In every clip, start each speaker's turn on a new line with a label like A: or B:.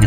A: 女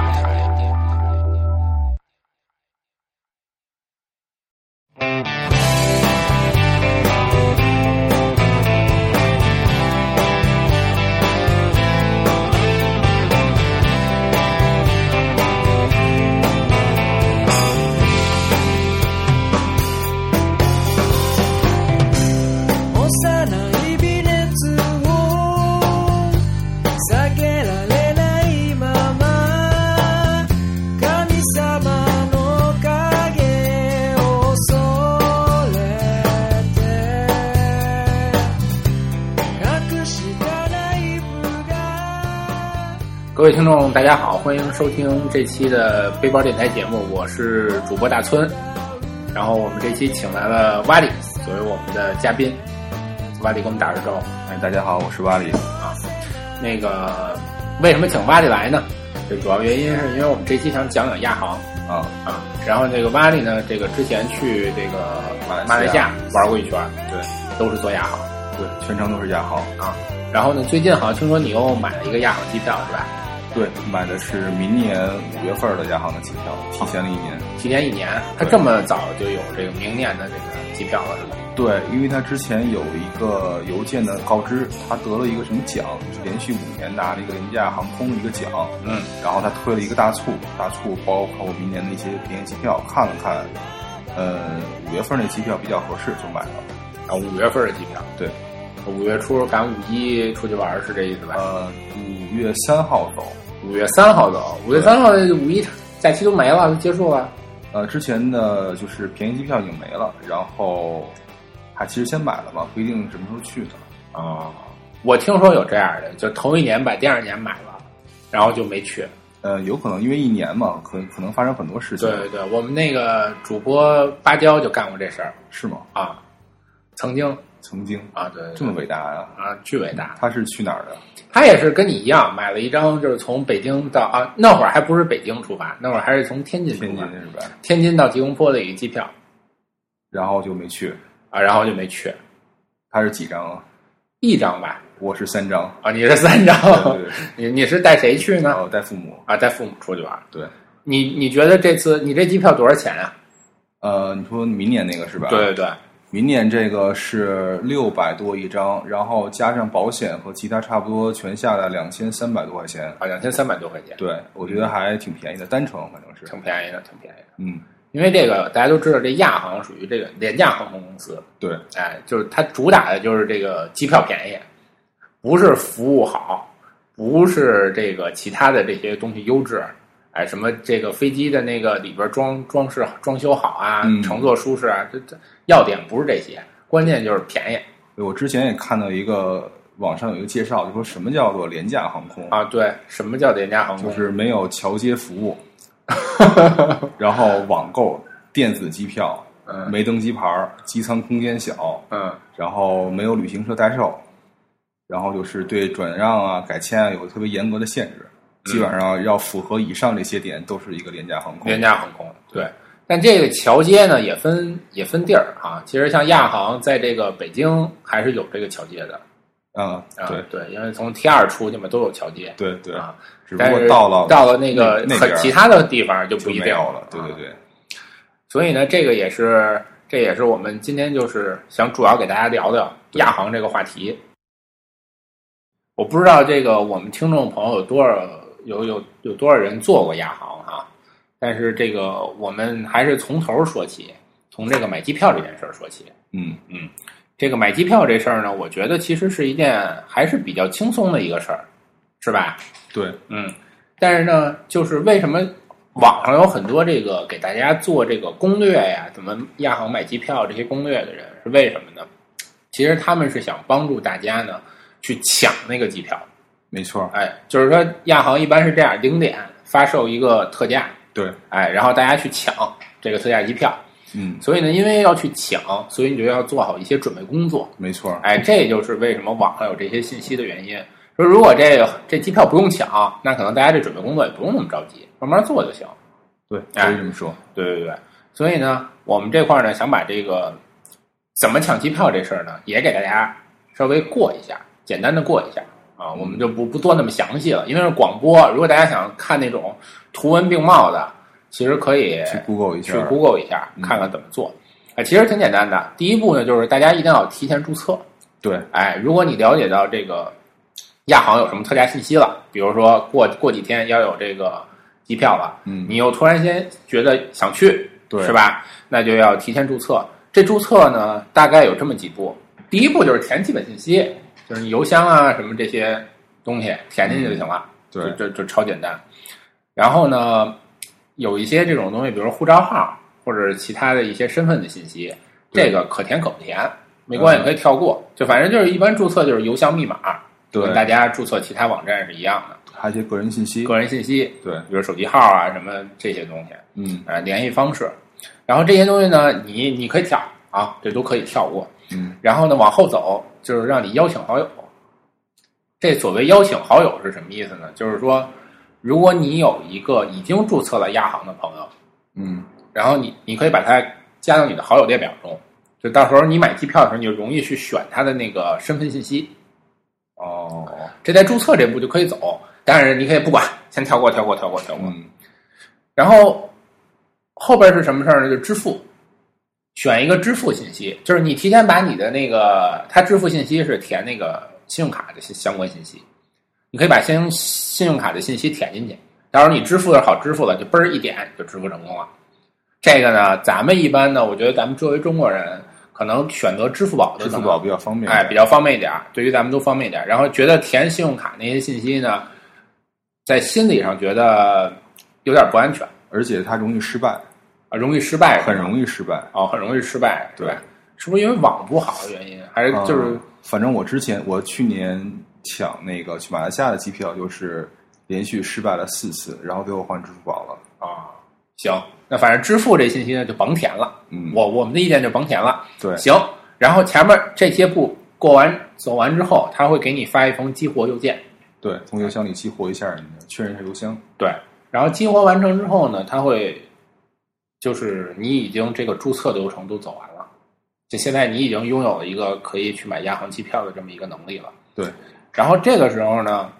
B: 幼い微熱を避けられないまま神様の影を恐れて隠しかない部が
A: 各位听众，大家好，欢迎收听这期的背包电台节目，我是主播大村。然后我们这期请来了瓦里作为我们的嘉宾，瓦里给我们打个招呼。
C: 哎，大家好，我是瓦里。
A: 那个为什么请瓦里来呢？这主要原因是因为我们这期想讲讲亚航
C: 啊，
A: 啊。然后这个瓦里呢，这个之前去这个马
C: 马
A: 来
C: 来
A: 西
C: 西
A: 亚
C: 亚
A: 玩过一圈，
C: 对
A: 都是坐亚航
C: 对，全程都是亚航。
A: 啊。然后呢，最近好像听说你又买了一个亚航机票
C: 嗯
A: 是吧？
C: 对，买的是明年五月份的亚航的机票，提前了一年。
A: 提前一年，它这么早就有这个明年的这个机票了是吧？
C: 对，因为他之前有一个邮件的告知，他得了一个什么奖，就是连续五年拿了一个廉价航空的一个奖，
A: 嗯。
C: 然后他推了一个大促，大促包括明年的一些便宜机票，看了看，呃，五月份那机票比较合适，就买了。
A: 啊，五月份的机票，
C: 对，
A: 五月初赶五一出去玩儿是这意思吧？
C: 呃，五月三号走，
A: 五月三号走，五月三号五一假期都没了，都结束了。
C: 呃，之前的就是便宜机票已经没了，然后还其实先买了嘛，不一定什么时候去呢。
A: 哦，我听说有这样的，就头一年把第二年买了，然后就没去。
C: 呃，有可能因为一年嘛，可可能发生很多事情，
A: 对对对，我们那个主播芭蕉就干过这事儿
C: 是吗？
A: 啊，曾经
C: 曾经
A: 啊，对对
C: 这
A: 对
C: 么伟大啊！
A: 啊，巨伟大。
C: 他是去哪儿的？
A: 他也是跟你一样买了一张，就是从北京到啊，那会儿还不是北京出发，那会儿还是从天津出
C: 天津
A: 发，
C: 是吧？
A: 天津到吉隆坡的一个机票
C: 然后就没去。
A: 啊，然后就没去，
C: 他是几张啊？
A: 一张吧，
C: 我是三张。
A: 啊，你是三张，
C: 对对对，
A: 你你是带谁去
C: 然
A: 呢？
C: 后带父母。
A: 啊，带父母出去玩。
C: 对，
A: 你你觉得这次你这机票多少钱啊？
C: 呃，你说明年那个是吧？
A: 对，对啊对，
C: 明年这个是六百多一张，然后加上保险和其他差不多，全下来两千三百多块钱。
A: 啊，两千三百多块钱，
C: 对，我
A: 嗯
C: 觉得还挺便宜的，单程反正是。
A: 挺便宜的，挺便宜的。
C: 嗯，
A: 因为这个大家都知道，这亚航属于这个廉价航空公司，
C: 对，
A: 哎，就是它主打的就是这个机票便宜，不是服务好，不是这个其他的这些东西优质。哎，什么这个飞机的那个里边装装饰装修好啊，
C: 嗯
A: 乘坐舒适啊，这这要点不是这些，关键就是便宜
C: 我之前也看到一个网上有一个介绍，就说什么叫做廉价航空，
A: 啊！对，什么叫廉价航空？
C: 就是没有桥接服 务，然后网购、电子机票、
A: 嗯
C: 没登机牌儿、机舱空间小，
A: 嗯
C: 然后没有旅行社代售，然后就是对转让啊、改签啊有特别严格的限制。
A: 嗯
C: 基本上要符合以上这些点，都是一个廉价航空。
A: 廉价航空对。但这个桥接呢，也分也分地儿啊。其实像亚航在这个北京还是有这个桥接的
C: 啊，
A: 啊，
C: 对
A: 对，因为从 T 二出去嘛，都有桥接
C: 对对，
A: 啊。
C: 只不
A: 但
C: 过
A: 是
C: 到了
A: 到了那个
C: 那那
A: 很
C: 边儿
A: 其他的地方就不
C: 就
A: 一
C: 没
A: 定
C: 有了。对
A: 啊
C: 对对，
A: 所以呢，这个也是这也是我们今天就是想主要给大家聊聊亚航这个话题。我不知道这个我们听众朋友有多少有有有多少人做过亚航哈、但是这个我们还是从头说起，从这个买机票这件事儿说起。
C: 嗯，
A: 这个买机票这事儿呢，我觉得其实是一件还是比较轻松的一个事儿，是吧？
C: 对，
A: 嗯，但是呢，就是为什么网上有很多这个给大家做这个攻略呀，怎么亚航买机票这些攻略的人是为什么呢？其实他们是想帮助大家呢去抢那个机票。
C: 没错儿，
A: 哎，就是说亚航一般是这样，零点发售一个特价，
C: 对，
A: 哎，然后大家去抢这个特价机票。
C: 嗯，
A: 所以呢，因为要去抢，所以你就要做好一些准备工作。
C: 没错儿，
A: 哎，这就是为什么网上有这些信息的原因。说如果这这机票不用抢，那可能大家这准备工作也不用那么着急，慢慢做就行。
C: 对，
A: 哎
C: 可以这么说。
A: 对对对，所以呢，我们这块儿呢，想把这个怎么抢机票这事儿呢，也给大家稍微过一下，简单的过一下啊，我们就不不做那么详细了，因为是广播，如果大家想看那种图文并茂的，其实可以
C: 去 Google 一下
A: 哎去，Google 一下，看看怎么做。啊，其实挺简单的，第一步呢，就是大家一定要提前注册。
C: 对，
A: 哎，如果你了解到这个亚航有什么特价信息了，比如说过过几天要有这个机票了，
C: 嗯
A: 你又突然间觉得想去，
C: 对
A: 是吧？那就要提前注册。这注册呢，大概有这么几步：第一步就是填基本信息，就是你邮箱啊什么这些东西填进去就行了，
C: 嗯对
A: 就就就超简单。然后呢，有一些这种东西，比如说护照号或者其他的一些身份的信息，
C: 对
A: 这个可填可不填，没关系，
C: 嗯
A: 可以跳过。就反正就是一般注册就是邮箱密码，
C: 对
A: 跟大家注册其他网站是一样的，
C: 还有一些个人信息，
A: 个人信息，
C: 对，
A: 比如手机号啊什么这些东西，
C: 嗯
A: 啊，联系方式。然后这些东西呢，你你可以跳啊，这都可以跳过。
C: 嗯，
A: 然后呢，往后走就是让你邀请好友。这所谓邀请好友是什么意思呢？就是说，如果你有一个已经注册了亚航的朋友，
C: 嗯，
A: 然后你你可以把他加到你的好友列表中，就到时候你买机票的时候，你就容易去选他的那个身份信息。
C: 哦，
A: 这在注册这步就可以走，当然你可以不管，先跳过，跳过，跳过，跳过。
C: 嗯，
A: 然后后边是什么事儿呢？就是支付，选一个支付信息，就是你提前把你的那个，它支付信息是填那个信用卡的信相关信息，你可以把信用信用卡的信息填进去，到时候你支付的好支付了，就嘣儿一点就支付成功了。这个呢，咱们一般呢，我觉得咱们作为中国人，可能选择支付宝的
C: 支
A: 可能
C: 付宝比较方便，
A: 哎，比较方便一点儿，对于咱们都方便一点儿。然后觉得填信用卡那些信息呢，在心理上觉得有点不安全
C: 而且它容易失败，
A: 啊，容易失败，
C: 很容易失败。
A: 哦，很容易失败，对
C: 对
A: 吧？是不是因为网不好的原因，还是哎就是、
C: 嗯反正我之前我去年抢那个去马来西亚的机票，就是连续失败了四次，然后最后换支付宝了。
A: 啊？行，那反正支付这信息呢就甭填了，
C: 嗯，
A: 我我们的意见就甭填了，
C: 对，
A: 行。然后前面这些步过完走完之后，他会给你发一封激活邮件，
C: 对，从邮箱里激活一下你的，确认一下邮箱。
A: 对，然后激活完成之后呢，它会就是你已经这个注册流程都走完了，就现在你已经拥有了一个可以去买亚航机票的这么一个能力了。
C: 对，
A: 然后这个时候呢，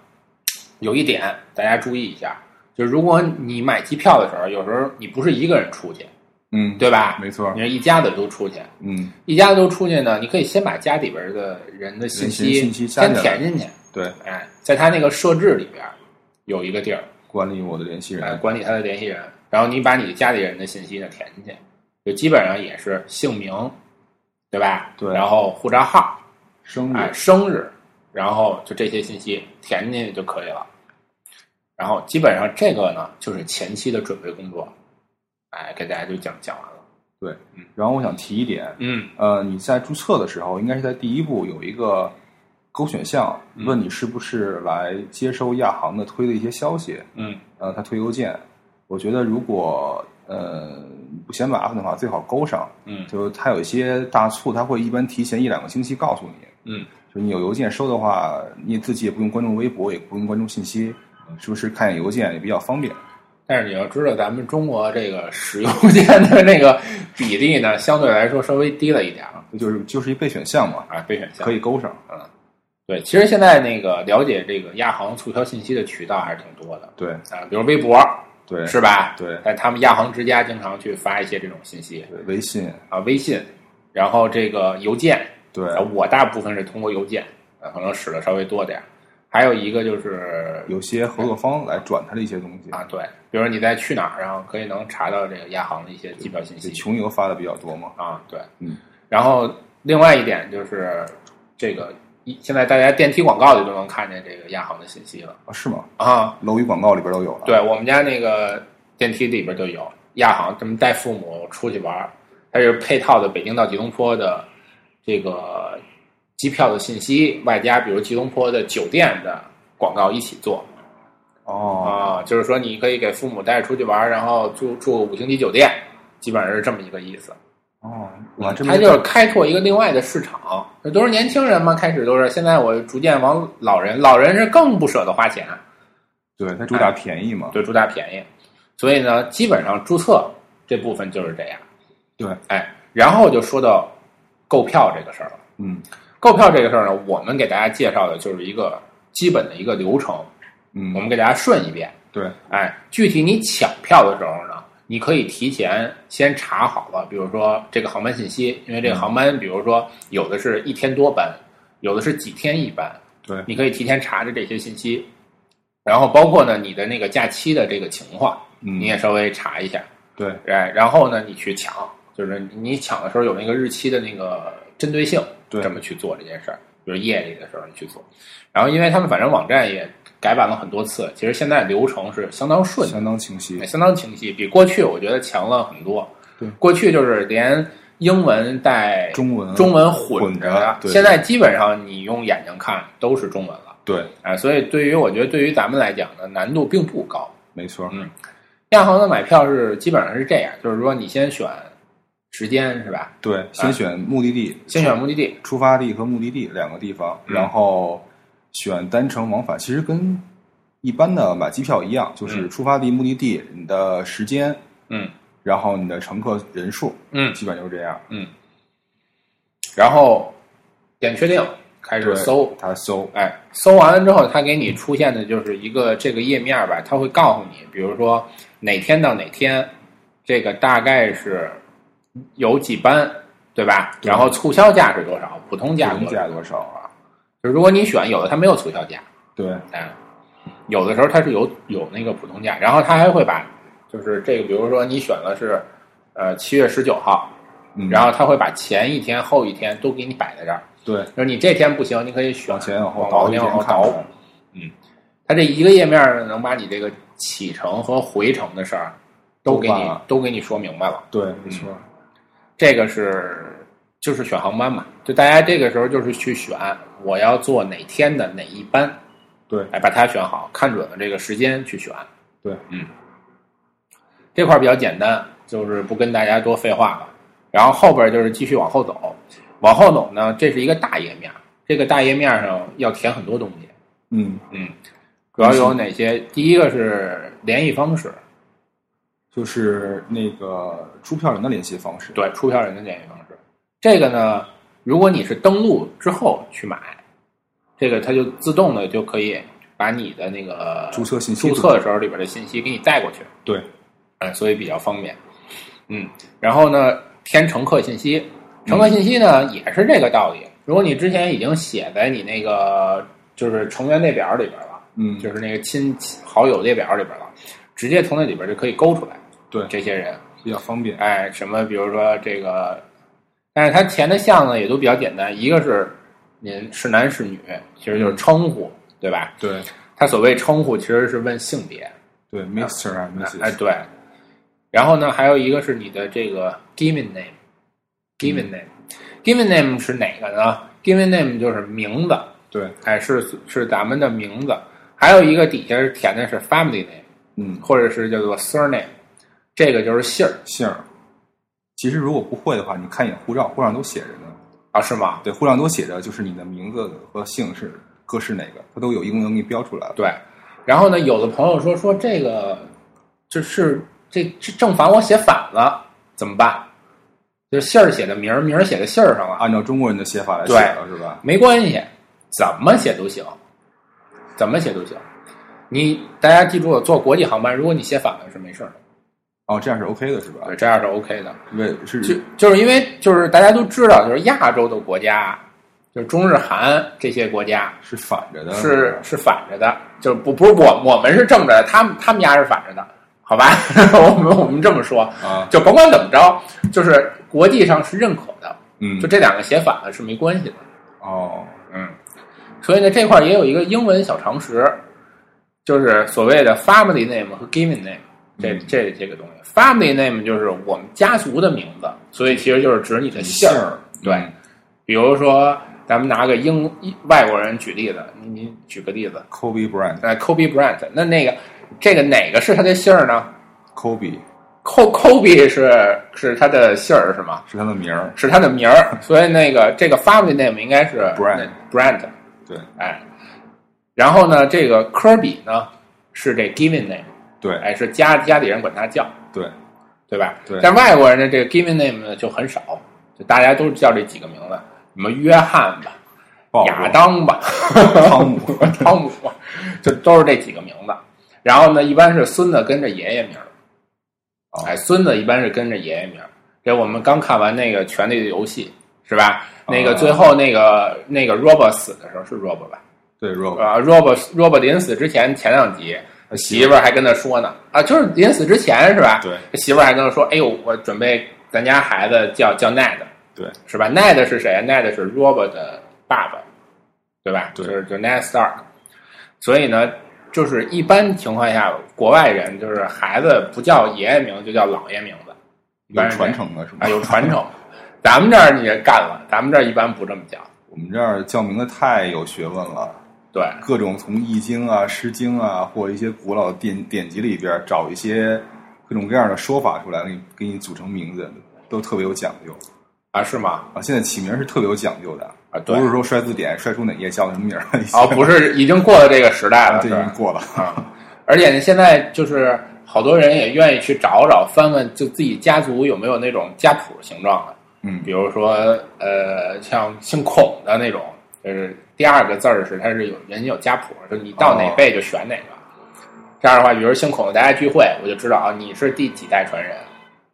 A: 有一点大家注意一下，就如果你买机票的时候，有时候你不是一个人出去，
C: 嗯，
A: 对吧？
C: 没错
A: 你，是一家子都出去，
C: 嗯，
A: 一家子都出去呢，你可以先把家里边的人的信息
C: 信息加
A: 先
C: 进来
A: 填进去，
C: 对，
A: 哎，在他那个设置里边有一个地儿。
C: 管理我的联系
A: 呃，
C: 人。
A: 管理他的联系人，然后你把你家里人的信息呢填进去，就基本上也是姓名，对吧？
C: 对嗯
A: 然后护照号，
C: 生
A: 哎、
C: 日，
A: 生日，然后就这些信息填进去就可以了。然后基本上这个呢，就是前期的准备工作，哎，给大家就讲讲完了。
C: 然后我想提一点，
A: 嗯
C: 呃，你在注册的时候，应该是在第一步有一个勾选项，
A: 嗯
C: 问你是不是来接收亚航的推的一些消息。
A: 嗯，
C: 呃，他推邮件，我觉得如果呃不嫌麻烦的话，最好勾上。
A: 嗯
C: 就他有一些大促，他会一般提前一两个星期告诉你。
A: 嗯，
C: 就你有邮件收的话，你自己也不用关注微博，也不用关注信息，
A: 嗯
C: 是不是看见邮件也比较方便？
A: 但是你要知道，咱们中国这个使用间的这个比例呢，相对来说稍微低了一点啊，
C: 就是就是一备选项嘛，
A: 啊，备选项
C: 可以勾上。
A: 嗯对，其实现在那个了解这个亚航促销信息的渠道还是挺多的
C: 对
A: 啊，比如微博
C: 对
A: 是吧？
C: 对
A: 哎，他们亚航之家经常去发一些这种信息
C: 对微信
A: 啊，微信，然后这个邮件，
C: 对
A: 啊我大部分是通过邮件，啊，可能使的稍微多点儿。还有一个就是
C: 有些合作方来转他的一些东西
A: 啊，，对，比如你在去哪儿，然后可以能查到这个亚航的一些机票信
C: 这
A: 息。
C: 穷游发的比较多嘛。
A: 啊，对，
C: 嗯。
A: 然后另外一点就是，这个一现在大家电梯广告里都能看见这个亚航的信息了
C: 啊，是吗？
A: 啊。
C: 楼宇广告里边都有了。
A: 对我们家那个电梯里边就有亚航，这么带父母出去玩儿，它是配套的北京到吉隆坡的这个机票的信息，外加比如吉隆坡的酒店的广告一起做啊、
C: 哦，
A: 就是说你可以给父母带着出去玩儿，然后住住五星级酒店，基本上是这么一个意思。
C: 哦，我还真
A: 它
C: 没
A: 啊就是开拓一个另外的市场。那都是年轻人嘛，开始都是，现在我逐渐往老人，老人是更不舍得花钱，
C: 对，它主打便宜嘛。
A: 就主打便宜。所以呢，基本上注册这部分就是这样。
C: 对，
A: 哎，然后就说到购票这个事儿了。
C: 嗯
A: 购票这个事儿呢，我们给大家介绍的就是一个基本的一个流程，我们
C: 嗯，
A: 给大家顺一遍。
C: 对，
A: 哎，具体你抢票的时候呢，你可以提前先查好了，比如说这个航班信息，因为
C: 嗯
A: 这个航班，比如说有的是一天多班，有的是几天一班，
C: 对
A: 你可以提前查着这些信息，然后包括呢你的那个假期的这个情况，
C: 嗯
A: 你也稍微查一下，
C: 对，
A: 哎，然后呢你去抢，就是你你抢的时候有那个日期的那个针对性，
C: 对
A: 这么去做这件事儿，就是夜里的时候你去做，然后因为他们反正网站也改版了很多次，其实现在流程是相当顺的。
C: 相当清晰
A: 也。相当清晰，比过去我觉得强了很多。
C: 对
A: 过去就是连英文带
C: 中文
A: 中文混
C: 混着对
A: 现在基本上你用眼睛看都是中文了。
C: 对，
A: 哎，所以对于我觉得对于咱们来讲呢，难度并不高。
C: 没错
A: 嗯。亚航的买票是基本上是这样，就是说你先选时间是吧？
C: 对，先选目的地，
A: 啊先选目的地，
C: 出发地和目的地两个地方，
A: 嗯
C: 然后选单程往返，其实跟一般的买机票一样，就是
A: 嗯
C: 出发地、目的地、你的时间，
A: 嗯
C: 然后你的乘客人数，
A: 嗯，
C: 基本就是这样。
A: 然后点确定，开始搜
C: 对他搜，
A: 哎，搜完了之后，它给你出现的就是一个这个页面吧，它会告诉你，比如说哪天到哪天，这个大概是有几班，对吧？
C: 对
A: 然后促销价是多少，普通价
C: 普通
A: 多少
C: 价多少啊？
A: 就如果你选有的，它没有促销价，
C: 对，
A: 哎，有的时候它是有有那个普通价，然后它还会把就是这个，比如说你选了是呃七月十九号，
C: 嗯，
A: 然后它会把前一天、后一天都给你摆在这儿，
C: 对，
A: 就是你这天不行，你可以选
C: 往前往后
A: 往
C: 倒，
A: 前
C: 一
A: 往
C: 直
A: 后
C: 看
A: 倒。它这一个页面呢，能把你这个启程和回程的事儿都给
C: 都
A: 你
C: 办了
A: 都给你说明白了。
C: 对，没错，
A: 这个是就是选航班嘛，就大家这个时候就是去选我要坐哪天的哪一班，
C: 对
A: 哎，把它选好，看准了这个时间去选。
C: 对，
A: 嗯，这块儿比较简单，就是不跟大家多废话了。然后后边就是继续往后走，往后走呢，这是一个大页面，这个大页面上要填很多东西。
C: 嗯，
A: 嗯，主要有哪些？第一个是联系方式，
C: 就是那个出票人的联系方式。
A: 对，出票人的联系方式。这个呢，如果你是登录之后去买，这个它就自动的就可以把你的那个
C: 注册信息
A: 注册的时候里边的信息给你带过去，
C: 对，
A: 嗯，所以比较方便。嗯，然后呢，填乘客信息，乘客信息呢、也是这个道理。如果你之前已经写在你那个就是成员列表里边了。
C: 嗯，
A: 就是那个亲亲好友列表里边了，直接从那里边就可以勾出来
C: 对，
A: 这些人。
C: 比较方便。
A: 哎，什么比如说这个，但是他填的项呢也都比较简单，一个是您是男是女，其实就是称呼，对吧？
C: 对，
A: 他所谓称呼其实是问性别，
C: 对，Mr. 啊
A: 哎
C: ，Mrs.
A: 对。然后呢，还有一个是你的这个 given name，given name，given name 是哪个呢？given name 就是名字，
C: 对，
A: 哎是是咱们的名字。还有一个底下是填的是 family name。
C: 嗯，
A: 或者是叫做 surname，这个就是姓儿
C: 姓儿。其实如果不会的话，你看一眼护照，护照上都写着呢。
A: 啊，是吗？
C: 对，护照上都写着，就是你的名字和姓氏各是哪个，它都有英文给你标出来了。
A: 对。然后呢，有的朋友说说这个，就是这这正反我写反了怎么办？就是姓儿写的名儿，名儿写在姓儿上了，
C: 按照中国人的写法来写
A: 对
C: 了，是吧？
A: 没关系，怎么写都行，怎么写都行。你大家记住，坐国际航班，如果你写反了是没事儿的，
C: 哦，这样是 OK 的，是吧
A: 对，？这样是 OK 的。
C: 为是
A: 就就是因为就是大家都知道，就是亚洲的国家，就是中日韩这些国家，
C: 是反着的，
A: 是是反着的，就是不不是我我们是正着的，他们他们家是反着的，好吧？ 我们我们这么说，
C: 啊，
A: 就甭管怎么着，就是国际上是认可的，
C: 嗯
A: 就，这两个写反了是没关系的。
C: 哦，
A: 嗯，所以呢，这块儿也有一个英文小常识，就是所谓的 family name 和 given name 这、
C: 嗯
A: 这这个东西。family name 就是我们家族的名字，所以其实就是指你的姓儿。
C: 儿，
A: 对
C: 嗯
A: 比如说，咱们拿个英外国人举例子，你你举个例子。
C: ，Kobe Bryant，Kobe
A: 呃，Kobe Bryant，那那个这个哪个是他的姓儿呢？ ，Co Kobe 是是他的姓儿是吗？
C: 是他的名儿。
A: 是他的名儿，所以那个这个 family name 应该是
C: Brand
A: Brand
C: 对
A: 哎，然后呢，这个科比呢是这 given name
C: 对
A: 哎是家家里人管他叫
C: 对
A: 对吧？
C: 对
A: 但外国人的这个 given name 呢就很少，就大家都叫这几个名字，什么约翰吧、
C: 鲍勃
A: 亚当吧、
C: 哦汤姆
A: 汤姆，就都是这几个名字。然后呢，一般是孙子跟着爷爷名儿，
C: 哦
A: 哎，孙子一般是跟着爷爷名儿。这我们刚看完那个《权力的游戏》，是吧？那个
C: 哦
A: 最后那个那个 Rob 死的时候是 Rob 吧？
C: 对 Rob
A: 啊，Rob Rob 临死之前前两集，呃
C: 他
A: 媳妇儿还跟他说呢，啊，就是临死之前是吧？
C: 对
A: 媳妇儿还跟他说，哎呦，我准备咱家孩子叫叫 Ned，
C: 对，
A: 是吧？Ned 是谁？Ned 啊是 Rob 的爸爸，对吧？
C: 对
A: 就是就 Ned Stark。所以呢，就是一般情况下，国外人就是孩子不叫爷爷名，就叫姥爷名字，一般
C: 有
A: 是
C: 传承的是吗
A: 啊，？有传承。咱们这儿你也干了，咱们这儿一般不这么叫，
C: 我们这儿叫名字太有学问了，
A: 对，
C: 各种从《易经》啊、《诗经》啊，或一些古老典典籍里边找一些各种各样的说法出来，给你给你组成名字，都特别有讲究
A: 啊，是吗？
C: 啊。现在起名是特别有讲究的
A: 啊对
C: 不是说摔字典摔出哪页叫什么名 儿。
A: 哦，不是，已经过了这个时代了，
C: 这
A: 是
C: 已
A: 吧
C: 经过了。
A: 啊，而且呢，现在就是好多人也愿意去找找、翻翻，就自己家族有没有那种家谱形状的，
C: 嗯
A: 比，如说呃，像姓孔的那种，就是第二个字儿是它是有人家有家谱，就你到哪辈就选哪个。这样的话，比如姓孔的大家聚会，我就知道啊，你是第几代传人，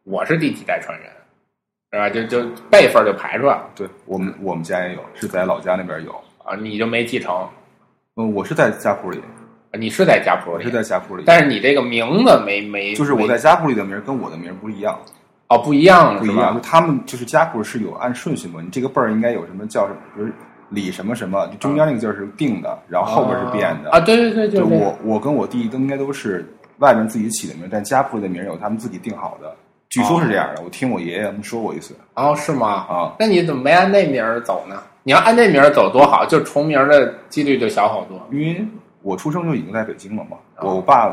A: 我是第几代传人，是吧？就就辈分就排出来了
C: 对我们我们家也有，是在老家那边有。
A: 啊，你就没继承，啊
C: 嗯，我是在家谱里，
A: 你是在家谱
C: 我
A: 里，
C: 是在家谱里，
A: 但是你这个名字没没，
C: 就是我
A: 没
C: 在家谱里的名儿跟我的名儿不一样。
A: 哦不一样
C: 不
A: 是
C: 一
A: 吧？
C: 样，就他们就是家谱是有按顺序嘛，你这个辈儿应该有什么叫什么，比如李什么什么，就中间那个字儿是定的，然后后边是变的。
A: 啊，对对对，
C: 就
A: 就是这样
C: 我我跟我弟都应该都是外面自己起的名，但家谱里的名有他们自己定好的，据说是这样的。我听我爷爷他们说过一次
A: 哦是吗？
C: 啊，
A: 那你怎么没按那名儿走呢？你要按那名儿走多好，就重名儿的几率就小好多
C: 因为我出生就已经在北京了嘛，
A: 啊
C: 我爸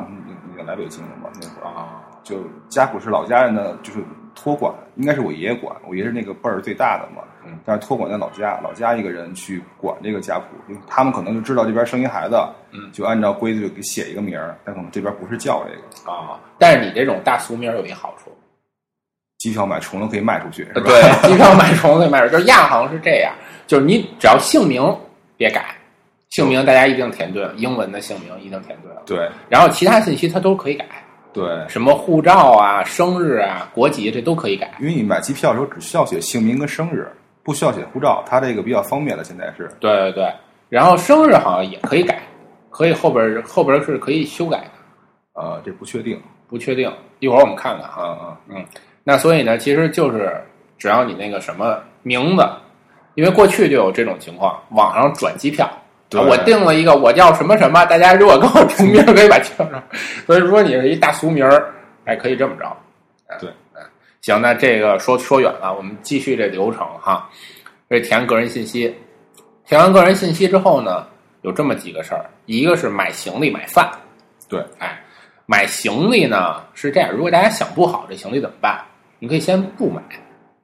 C: 已经来北京了嘛，那会儿
A: 啊。
C: 就家谱是老家人的，就是托管，应该是我爷爷管，我爷爷是那个辈儿最大的嘛，
A: 嗯
C: 但是托管在老家，老家一个人去管这个家谱，因为他们可能就知道这边生一孩子，啊
A: 嗯
C: 就按照规矩给写一个名儿，但可能这边不是叫这个，
A: 啊，但是你这种大俗名儿有一好处，
C: 机票买重了可以卖出去，是吧？
A: 对， 机票买重的卖出，就是亚航是这样，就是你只要姓名别改，姓名大家一定填对了，英文的姓名一定填对了，
C: 对
A: 然后其他信息它都可以改，
C: 对，
A: 什么护照啊、生日啊、国籍这都可以改。
C: 因为你买机票的时候只需要写姓名跟生日，不需要写护照，他这个比较方便了，现在是
A: 对对对，然后生日好像也可以改，可以后边儿后边儿是可以修改的，
C: 呃这不确定，
A: 不确定，一会儿我们看看
C: 啊
A: 啊。
C: 啊
A: 那所以呢，其实就是只要你那个什么名字，因为过去就有这种情况，网上转机票。
C: 对
A: 啊我订了一个，我叫什么什么，大家如果跟我重名儿，可以把机票上。所以如果你是一大俗名儿，还可以这么着。嗯
C: 对，
A: 嗯，行，那这个说说远了，我们继续这流程哈。这填个人信息，填完个人信息之后呢，有这么几个事儿，一个是买行李买饭，
C: 对，
A: 哎，买行李呢是这样，如果大家想不好这行李怎么办，你可以先不买，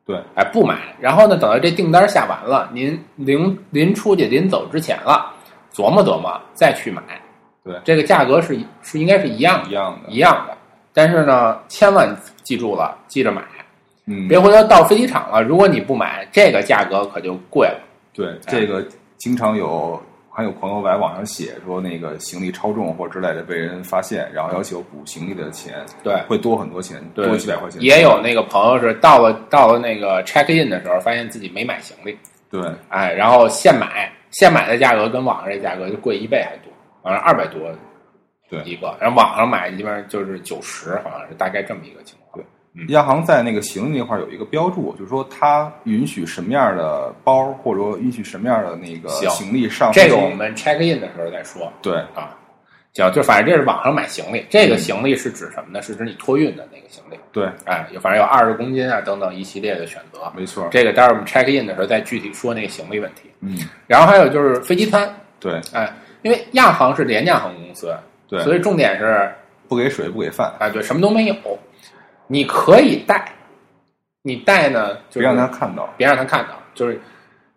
C: 对，
A: 哎，不买，然后呢，等到这订单下完了，您临临出去临走之前了，琢磨琢磨再去买，
C: 对
A: 这个价格是是应该是一样
C: 一样的
A: 一，样的，但是呢，千万记住了，记着买，
C: 嗯，
A: 别回头到飞机场了，如果你不买，这个价格可就贵了。
C: 对，这个经常有，还有朋友来网上写说那个行李超重或之类的被人发现，然后要求补行李的钱，
A: 对
C: 会多很多钱，
A: 对
C: 多几百块钱，
A: 也有那个朋友是到了到了那个 check in 的时候，发现自己没买行李，
C: 对
A: 哎，然后现买，现买的价格跟网上这价格就贵一倍还多，好像二百多
C: 对
A: 一个，然后网上买一般就是九十，好像是大概这么一个情况。
C: 亚航在那个行李那块儿有一个标注，就是说它允许什么样的包，或者说允许什么样的那个
A: 行
C: 行李上飞
A: 这
C: 机
A: 个我们 check in 的时候再说
C: 对
A: 啊。行，就反正这是网上买行李，
C: 嗯
A: 这个行李是指什么呢？是指你托运的那个行李，
C: 对，
A: 哎，有反正有二十公斤啊等等一系列的选择。
C: 没错，
A: 这个待会儿我们 check in 的时候再具体说那个行李问题。
C: 嗯，
A: 然后还有就是飞机餐，
C: 对
A: 哎，因为亚航是廉价航空公司，
C: 对，
A: 所以重点是
C: 不给水不给饭，
A: 啊，对，什么都没有。你可以带，你带呢，就
C: 别
A: 是
C: 让他看到。
A: 别让他看到。就是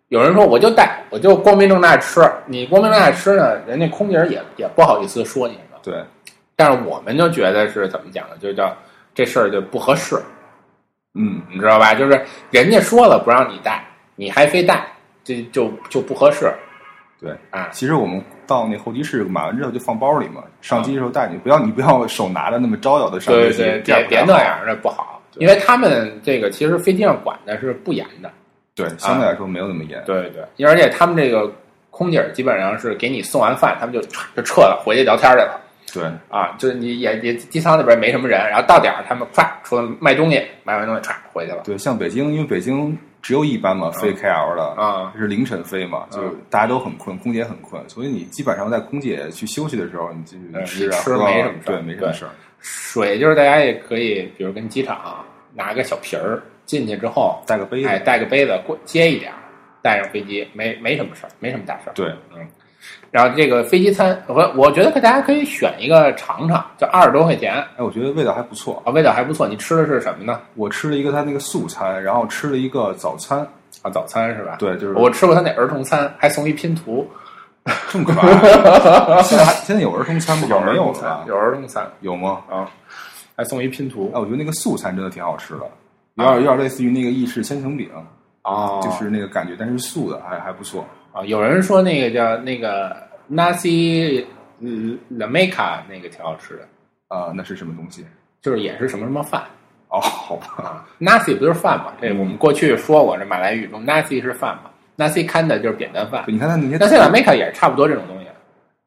A: 有人说我就带，我就光明正大吃，你光明正大吃呢，人家空姐儿也也不好意思说你什么。
C: 对，
A: 但是我们就觉得是怎么讲呢？就叫这事儿就不合适，
C: 嗯，
A: 你知道吧？就是人家说了不让你带，你还非带，这就就不合适。
C: 对
A: 啊
C: 其实我们到那候机室买完之后就放包里嘛，上机的时候带你，不要你不要手拿的那么招摇的上
A: 对对
C: 飞机
A: 对，，
C: 这样
A: 别
C: 不
A: 别那
C: 太好。
A: 样，这不好。
C: 对
A: 因为他们这个其实飞机上管的是不严的，
C: 对，相对来说没有那么严。
A: 啊对对，而且他们这个空姐儿基本上是给你送完饭，他们就唰就撤了，回去聊天儿去了。
C: 对，
A: 啊，就是你也也机舱里边没什么人，然后到点儿他们唰出来卖东西，卖完东西唰回去了
C: 对，像北京，因为北京只有一班嘛，飞 KL 的，
A: 啊，
C: 是凌晨飞嘛，就
A: 嗯
C: 大家都很困，空姐很困，所以你基本上在空姐去休息的时候，你进去
A: 嗯
C: 吃啊
A: 吃
C: 喝啊
A: 没什么事儿
C: 对，没什么事儿。
A: 水就是大家也可以，比如跟机场拿个小瓶儿进去之后，
C: 带个杯
A: 哎，
C: 子，
A: 带个杯子过接一点儿，带上飞机，没没什么事儿，没什么大事儿。
C: 对，
A: 然后这个飞机餐，我我觉得大家可以选一个尝尝，就二十多块钱
C: 哎，我觉得味道还不错。
A: 啊，味道还不错。你吃的是什么呢？
C: 我吃了一个他那个素餐，然后吃了一个早餐，
A: 啊，早餐是吧？，
C: 对，就是
A: 我吃过他那儿童餐，还送一拼图。
C: 这么可爱。 现在还现在有儿童餐吗？没有啊了？
A: 有儿童餐
C: 有吗？
A: 啊，还送一拼图
C: 哎，。我觉得那个素餐真的挺好吃的，有
A: 啊
C: 点有点类似于那个意式千层饼，
A: 哦
C: 就是那个感觉，但是素的还还不错。
A: 啊，有人说那个叫那个 nasi lameka 那个挺好吃的，
C: 啊，那是什么东西？
A: 就是也是什么什么饭
C: 哦，好吧，
A: 啊，nasi 不就是饭嘛？这我
C: 嗯
A: 们过去说过，这马来语中 nasi 是饭嘛，nasi kanda 就是扁担饭
C: 对你看他那些
A: ，nasi lameka 也是差不多这种东西。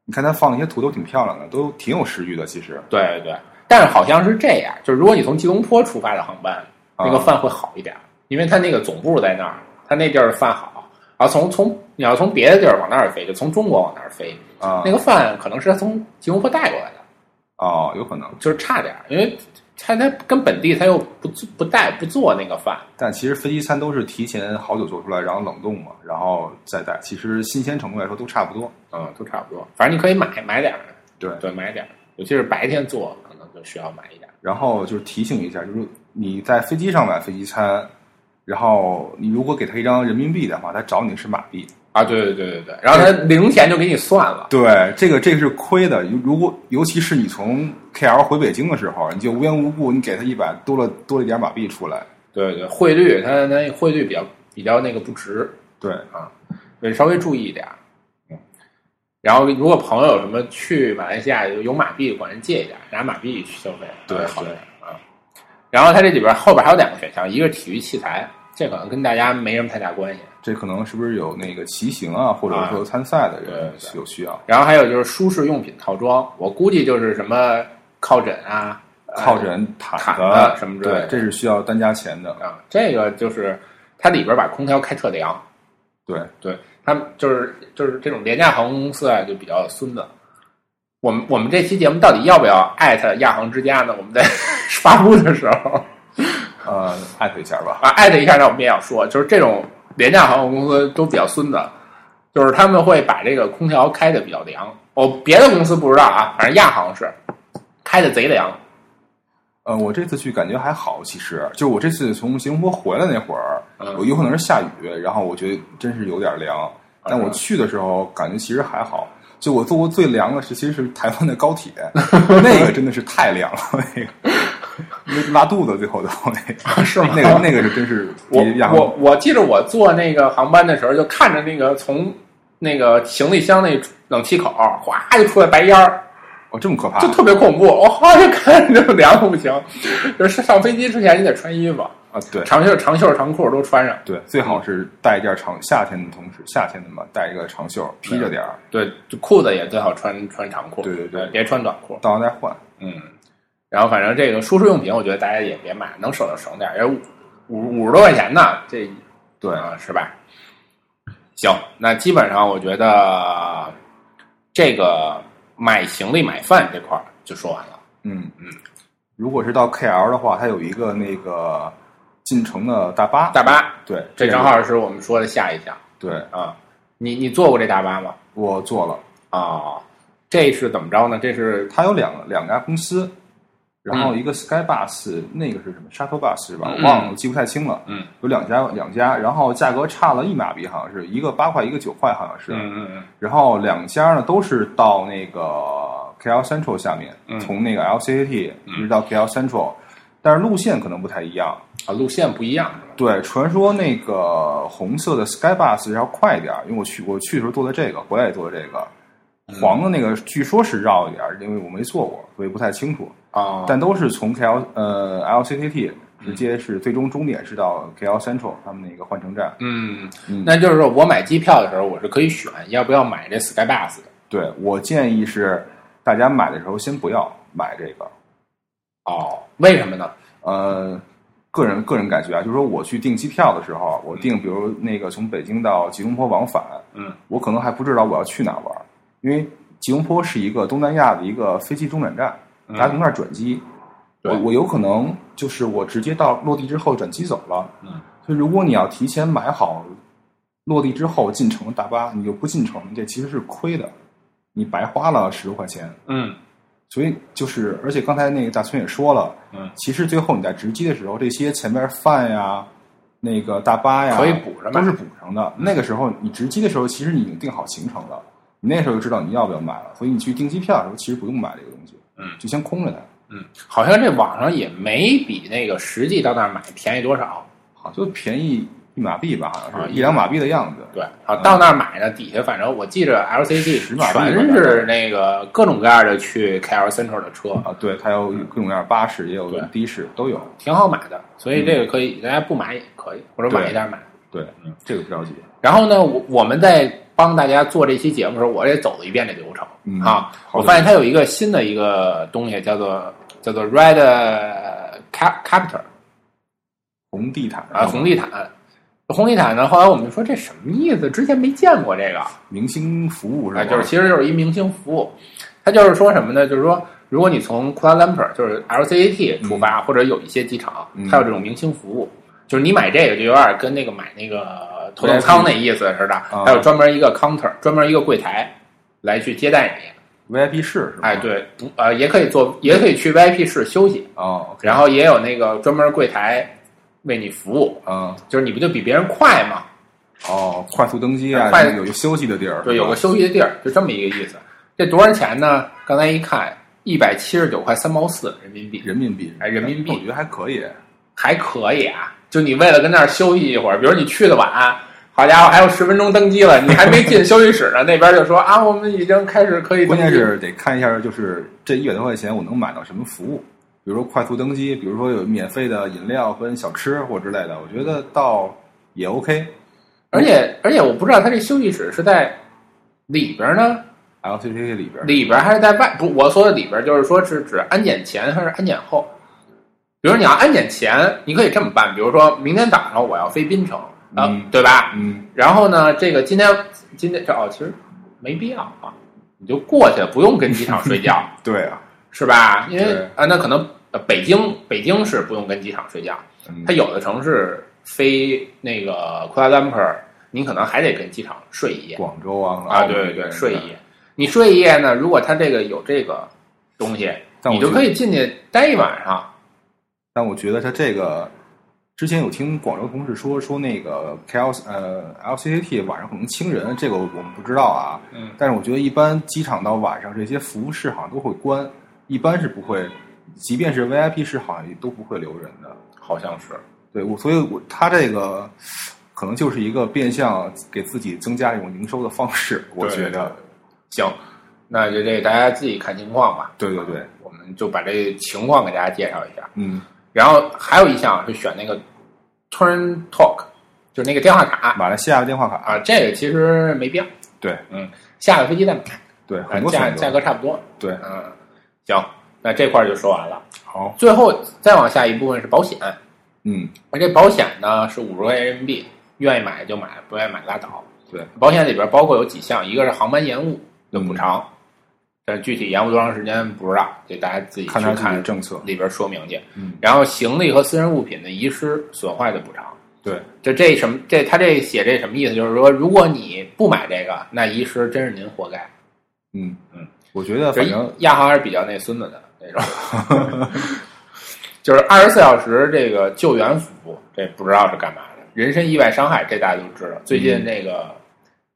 C: 你看他放那些图都挺漂亮的，都挺有食欲的。其实，
A: 对对对，但是好像是这样，就是如果你从吉隆坡出发的航班，
C: 啊
A: 那个饭会好一点，因为它那个总部在那儿，它那地儿饭好。然后从从你要从别的地儿往那儿飞，就从中国往那儿飞，
C: 啊，
A: 那个饭可能是从吉隆坡带过来的。
C: 哦，有可能。
A: 就是差点儿，因为他他跟本地他又不做不带不做那个饭，
C: 但其实飞机餐都是提前好久做出来，然后冷冻嘛，然后再带。其实新鲜程度来说都差不多。
A: 嗯，都差不多。反正你可以买买点儿，
C: 对
A: 对，买点儿，尤其是白天做，可能就需要买一点儿。
C: 然后就是提醒一下，就是你在飞机上买飞机餐，然后你如果给他一张人民币的话，他找你是马币。
A: 啊，对对对对对，然后他零钱就给你算了，
C: 对，这个这个是亏的。如如果尤其是你从 KL 回北京的时候，你就无缘无故你给他一百多了多了一点马币出来，
A: 对对，汇率他他汇率比较比较那个不值，
C: 对，
A: 对，稍微注意一点儿。嗯，然后如果朋友有什么去马来西亚有马币，管人借一点儿，拿马币去消费，
C: 对
A: 稍微好一点儿啊。然后它这里边儿后边儿还有两个选项，一个是体育器材，这可能跟大家没什么太大关系。
C: 这可能是不是有那个骑行啊，或者说参赛的人
A: 啊对对
C: 有需要？
A: 然后还有就是舒适用品套装，我估计就是什么靠枕啊，呃
C: 靠枕、毯
A: 毯
C: 子
A: 子什么之类的
C: 对，这是需要单加钱的。
A: 啊，这个就是它里边把空调开特凉，
C: 对，
A: 对，他们就是就是这种廉价航空公司啊，就比较孙子。我们我们这期节目到底要不要艾特亚航之家呢？我们在 发布的时候
C: 呃，艾特一下吧。
A: 啊，艾特一下，那我们也要说，就是这种廉价航空公司都比较孙子，就是他们会把这个空调开的比较凉。我、别的公司不知道啊，反正亚航是开的贼凉，
C: 呃，我这次去感觉还好，其实就我这次从吉隆坡回来那会儿，
A: 嗯
C: 我有可能是下雨，然后我觉得真是有点凉，但
A: 嗯
C: 我去的时候感觉其实还好。就我坐过最凉的是，其实是台湾的 高铁，那个真的是太凉了，那个那拉肚子最后都那 个
A: 是吗
C: 那个那个是真是
A: 我
C: 比亚
A: 我我记得我坐那个航班的时候，就看着那个从那个行李箱那冷气口哗就出来白烟儿，
C: 哦这么可怕
A: 就，特别恐怖。我哗 就看着就凉的不行。就是上飞机之前你得穿衣服，
C: 啊，对
A: 长袖、长袖、长裤都穿上。
C: 对，最好是带一件长夏天的同时，夏天的嘛，带一个长袖披着点儿，
A: 对，就裤子也最好穿穿长裤，
C: 对对对
A: 呃别穿短裤。
C: 到时候再换。
A: 嗯，然后反正这个舒适用品，我觉得大家也别买，能省就省点儿，也五五五十多块钱呢，这
C: 对，
A: 啊，是吧？行，那基本上我觉得这个买行李、买饭这块儿就说完了。
C: 嗯
A: 嗯，
C: 如果是到 KL 的话，它有一个那个进城的大巴，
A: 大巴，
C: 对，
A: 这正
C: 个
A: 好是我们说的下一项
C: 对
A: 啊。你你坐过这大巴吗？
C: 我做了，
A: 啊，这是怎么着呢？这是
C: 它有两个两家公司，然
A: 嗯
C: 后一个 Sky Bus，那个是什么 Shuttle Bus 是吧？我忘了，我记不太清了。
A: 嗯，
C: 有两家两家，然后价格差了一马币，好像是一个八块，一个九块，好像是。
A: 嗯嗯
C: 然后两家呢都是到那个 KL Central 下面，
A: 嗯
C: 从那个 LCAT
A: 嗯
C: 一直到 KL Central，、但是路线可能不太一样。
A: 啊，路线不一样是吧？
C: 对，传说那个红色的 Sky Bus 要快一点儿，因为我去我去的时候坐的这个，回来也坐的这个。黄的那个据说是绕一点儿，因为我没坐过，所以不太清楚。
A: 啊，
C: 但都是从 KL 呃 LCCT 直接是最终终点是到 KL Central 他们那个换乘站。
A: 嗯
C: 嗯，
A: 那就是说我买机票的时候，我是可以选要不要买这 Sky Bus 的。
C: 对我建议是大家买的时候先不要买这个，
A: 哦，为什么呢？
C: 呃，个人个人感觉啊，就是说我去订机票的时候，啊我订比如那个从北京到吉隆坡往返，
A: 嗯，
C: 我可能还不知道我要去哪玩，因为吉隆坡是一个东南亚的一个飞机中转站，大家从那儿转机。
A: 嗯对
C: 我我有可能就是我直接到落地之后转机走了。
A: 嗯，
C: 所以如果你要提前买好落地之后进城的大巴，你就不进城，这其实是亏的，你白花了十多块钱。
A: 嗯
C: 所以就是，而且刚才那个大孙也说了，
A: 嗯，
C: 其实最后你在值机的时候，这些前面饭呀、那个大巴呀，
A: 可以补嗯上吧
C: 都是补上的。那个时候你值机的时候，其实你已经定好行程了，你那时候就知道你要不要买了，所以你去订机票的时候，其实不用买这个东西，
A: 嗯
C: 就先空着它，
A: 嗯，好像这网上也没比那个实际到那儿买便宜多少。
C: 好，就便宜一马币吧，好像是、
A: 啊
C: 一两马币的样子。
A: 对，好，到那儿买呢，底下反正我记着 LCC
C: 十码币
A: 全是那个各种各样的去 KL Central 的车，
C: 啊，对，它有各种各样的巴士，也有
A: 嗯对
C: 的士，都有。
A: 挺好买的，所以这个可以，大家不买也可以，或者买一点买。
C: 对，
A: 嗯
C: 这个不着急。
A: 然后呢，我我们在帮大家做这期节目的时候，我也走了一遍这流程、
C: 嗯
A: 啊。
C: 好
A: 我
C: 的
A: 发现它有一个新的一个东西，叫做叫做 Red Cap Captor
C: 红地毯
A: 啊，红地毯。红地毯呢，后来我们就说这什么意思？之前没见过这个，
C: 明星服务是吧？
A: 啊，就是其实就是一明星服务，它就是说什么呢？就是说，如果你从 Kuala Lumpur 就是 LCAT 出发，或者有一些机场，
C: 嗯
A: 它有这种明星服务，就是你买这个就有点跟那个买那个头等舱那意思似的，
C: 嗯
A: 还有专门一个 counter，专门一个柜台来去接待你。
C: VIP 室是吧？
A: 哎，对，不呃，也可以坐，也可以去 VIP 室休息，
C: 哦，
A: 然后也有那个专门柜台为你服务，
C: 嗯。
A: 就是你不就比别人快吗？
C: 哦，快速登机啊，
A: 快
C: 这个有一休息的地儿，
A: 对，有个
C: 是吧
A: 休息的地儿，就这么一个意思。这多少钱呢？刚才一看，一百七十九块三毛四人民币，
C: 人民币，
A: 哎人民币
C: 我觉得还可以。
A: 还可以啊。就你为了跟那儿休息一会儿，比如你去的晚，好家伙，还有十分钟登机了，你还没进休息室呢， 那边就说啊，我们已经开始可以登
C: 关
A: 机。
C: 键是得看一下，就是这一百多块钱我能买到什么服务，比如说快速登机，比如说有免费的饮料跟小吃或之类的，我觉得倒也 OK。
A: 而且而且我不知道他这休息室是在里边呢，
C: LCCC 里边，
A: 里边还是在外？不，我说的里边就是说是指安检前还是安检后。比如你要安检前，你可以这么办，比如说明天早上我要飞槟城，啊、
C: 嗯
A: 对吧？
C: 嗯，
A: 然后呢，这个今天今天这哦，其实没必要啊，你就过去，不用跟机场睡 觉，
C: 对啊，
A: 是吧？因为
C: 对
A: 啊，那可能呃北京北京是不用跟机场睡觉，
C: 嗯
A: 它有的城市飞那个 Kuala Lumpur，你可能还得跟机场睡一夜
C: 广州啊，
A: 啊，
C: 澳门
A: 对对
C: 之类
A: 对，
C: 的
A: 睡一。夜。你睡一夜呢，如果它这个有这个东西，
C: 但
A: 你
C: 我
A: 就
C: 觉
A: 可
C: 得，
A: 以进去待一晚上。
C: 但我觉得它这个。之前有听广州同事说说那个 KL 呃 LCCT 晚上可能清人，这个我们不知道啊。
A: 嗯，
C: 但是我觉得一般机场到晚上这些服务室好像都会关，一般是不会，即便是 VIP 室好像也都不会留人的。
A: 好像是。
C: 对我，所以我他这个可能就是一个变相给自己增加一种营收的方式，我觉得。
A: 行，那就这大家自己看情况吧。
C: 对对对，
A: 我们就把这情况给大家介绍一下。
C: 嗯，
A: 然后还有一项是选那个 Turn Talk，就是那个电话卡
C: 马来西亚的电话卡，
A: 啊，这个其实没必要，嗯
C: 对
A: 下了飞机再买，
C: 对，
A: 啊
C: 很多
A: 价
C: 选
A: 价
C: 择，
A: 格差不多。
C: 对，
A: 嗯，行，那这块儿就说完了。
C: 好，
A: 最后再往下一部分是保险，
C: 嗯，
A: 那这保险呢是五十块钱人民币，愿意买就买，不愿意买拉倒。
C: 对，
A: 保险里边包括有几项，一个是航班延误的补偿，但具体延误多长时间不知道，这大家自己去
C: 嗯看他自己的
A: 看
C: 政策，
A: 里边说明去。
C: 嗯
A: 然后行李和私人物品的遗失损坏的补偿。
C: 对，
A: 就这什么这他这写这什么意思？就是说，如果你不买这个，那遗失真是您活该。
C: 嗯
A: 嗯，
C: 我觉得反
A: 这
C: 正
A: 亚航还是比较那孙子的，那种， 就是二十四小时这个救援服务，这不知道是干嘛的。人身意外伤害这大家都知道，最
C: 嗯
A: 近那个、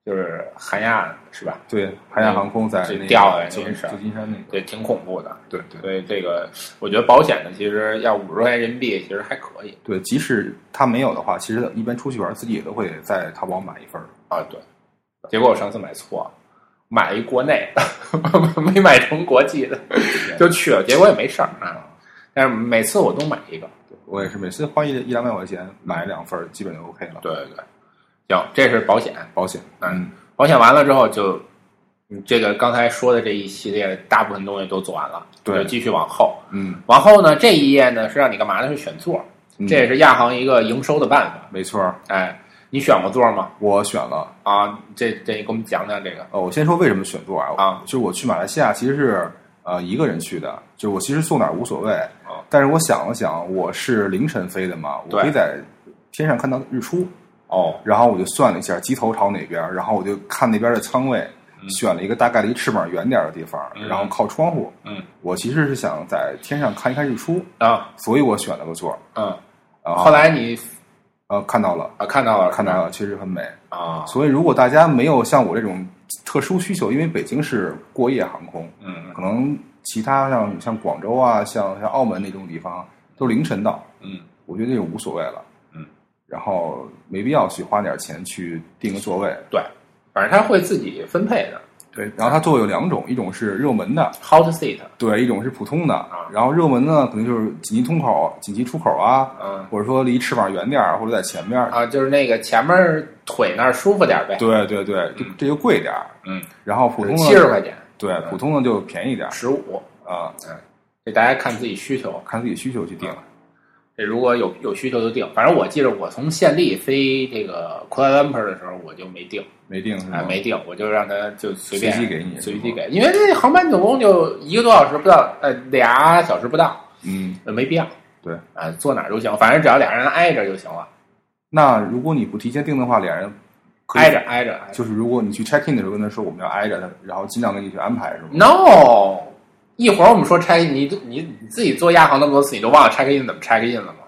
A: 就是韩亚是吧？
C: 对，韩亚航空在
A: 就
C: 那个
A: 掉下来
C: 旧
A: 那件事儿
C: 旧金山那个，
A: 对，挺恐怖的。
C: 对对
A: 所以这个我觉得保险呢，其实要五十块钱人民币，其实还可以
C: 对，即使他没有的话，其实一般出去玩自己也都会在淘宝买一份儿。
A: 啊。对，结果我上次买错了，买一国内的， 没买成国际的，就去了，结果也没事儿啊。但是每次我都买一个，
C: 我也是每次花一一两百块钱买两份儿，基本就 OK 了。
A: 对对对，行，这是保险。
C: 保险，
A: 嗯，保险完了之后就，你这个刚才说的这一系列大部分东西都做完了，
C: 对
A: 就继续往后。
C: 嗯，
A: 往后呢，这一页呢是让你干嘛呢？是选座，
C: 嗯
A: 这也是亚航一个营收的办法。
C: 没错儿，
A: 哎，你选过座吗？
C: 我选了。
A: 啊，这这你给我们讲讲这个
C: 呃，我先说为什么选座啊？
A: 啊
C: 就是我去马来西亚其实是呃一个人去的，就是我其实坐哪儿无所谓
A: 哦，
C: 但是我想了想，我是凌晨飞的嘛，我
A: 对
C: 可以在天上看到日出，
A: 哦，
C: 然后我就算了一下机头朝哪边儿，然后我就看那边的舱位，选了一个大概离翅膀远点儿的地方，
A: 嗯
C: 然后靠窗户。
A: 嗯
C: 我其实是想在天上看一看日出，
A: 啊
C: 所以我选了个座儿。
A: 嗯，
C: 然
A: 后来你
C: 呃看到了，
A: 啊看到了
C: 看到了，确实很美。
A: 啊，
C: 所以如果大家没有像我这种特殊需求，因为北京是过夜航空，
A: 嗯
C: 可能其他像像广州啊，像像澳门那种地方都凌晨到，
A: 嗯
C: 我觉得也无所谓了。
A: 嗯，
C: 然后没必要去花点钱去订个座位。
A: 对，反正他会自己分配的
C: 对，然后它座位有两种，一种是热门的，
A: hot seat，
C: 对，一种是普通的。
A: 啊
C: 然后热门呢，可能就是紧急通口、紧急出口啊，
A: 嗯
C: 或者说离翅膀远点儿，或者在前面。
A: 啊，就是那个前面腿那儿舒服点儿呗，
C: 对对对，这这就贵点儿。
A: 嗯，
C: 然后普通
A: 七十
C: 的，
A: 块钱
C: 对，普通的就便宜点儿
A: 十五，
C: 啊，
A: 这大家看自己需求。
C: 看自己需求去定。
A: 啊这如果有有需求就定，反正我记得我从县立飞这个 Kuala l u m p u r 的时候我就没定，
C: 没定是
A: 哎
C: 吗？
A: 没定，我就让他就随便
C: 嗯随机给你
A: 随机
C: 是吗
A: 给，因为这航班总共就一个多小时不到，呃俩小时不到，
C: 嗯，
A: 呃没必要，
C: 对，
A: 啊坐哪儿都行，反正只要俩人挨着就行了，
C: 那如果你不提前定的话，俩人可以
A: 挨着。挨着挨着
C: 就是如果你去 check in 的时候跟他说我们要挨着他，然后尽量给你去安排是吗？
A: ，no，一会儿我们说拆你你你自己做亚航那么多次，你都忘了拆个印怎么拆个印了吗？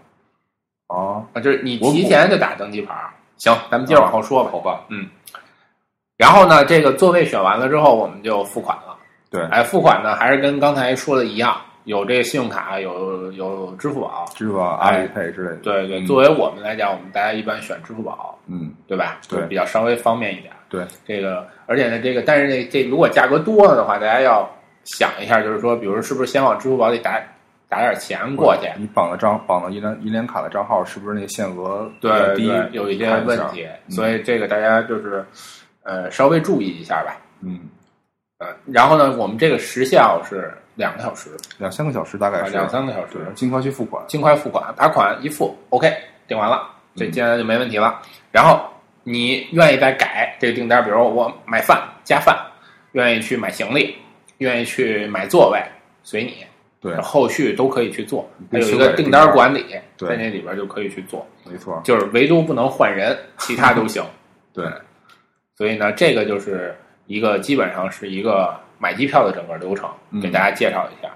C: 啊，
A: 啊，就是你
C: 我啊
A: 提前就打登机牌儿，行，咱们接着往后说吧。
C: 好吧，
A: 然后呢，这个座位选完了之后，我们就付款了。
C: 对，
A: 哎，付款呢还是跟刚才说的一样，有这个信用卡，有有支付宝。
C: 支付宝、阿里配之类的。
A: 哎对对，
C: 嗯
A: 作为我们来讲，我们大家一般选支付宝，
C: 嗯，
A: 对吧？
C: 对
A: 就比较稍微方便一点。
C: 对，
A: 这个，而且呢，这个，但是这这如果价格多了的话，大家要想一下，就是说，比如是不是先往支付宝里打打点钱过去？
C: 你绑的账绑的银联银联卡的账号是不是那限额比
A: 对
C: 较低？
A: 对，有一些
C: 看一
A: 问
C: 下
A: 题，
C: 嗯
A: 所以这个大家就是呃稍微注意一下吧。
C: 嗯，
A: 呃，然后呢，我们这个时效是两个小时，
C: 两三个小时大概
A: 啊
C: 是
A: 两三个小时
C: 对，尽快去付款。
A: 尽快付款，把款一付，OK，订完了，
C: 嗯
A: 这订单就没问题了。然后你愿意再改这个订单，比如我买饭加饭，愿意去买行李，愿意去买座位，随你，
C: 对，
A: 后续都可以去做。还
C: 你可以
A: 有一
C: 修
A: 个
C: 改
A: 订
C: 订
A: 单
C: 单
A: 管理，
C: 对
A: 在那里边就可以去做，
C: 没错，
A: 就是唯独不能换人，其他都行。
C: 对，
A: 所以呢，这个就是一个基本上是一个买机票的整个流程，
C: 嗯
A: 给大家介绍一下。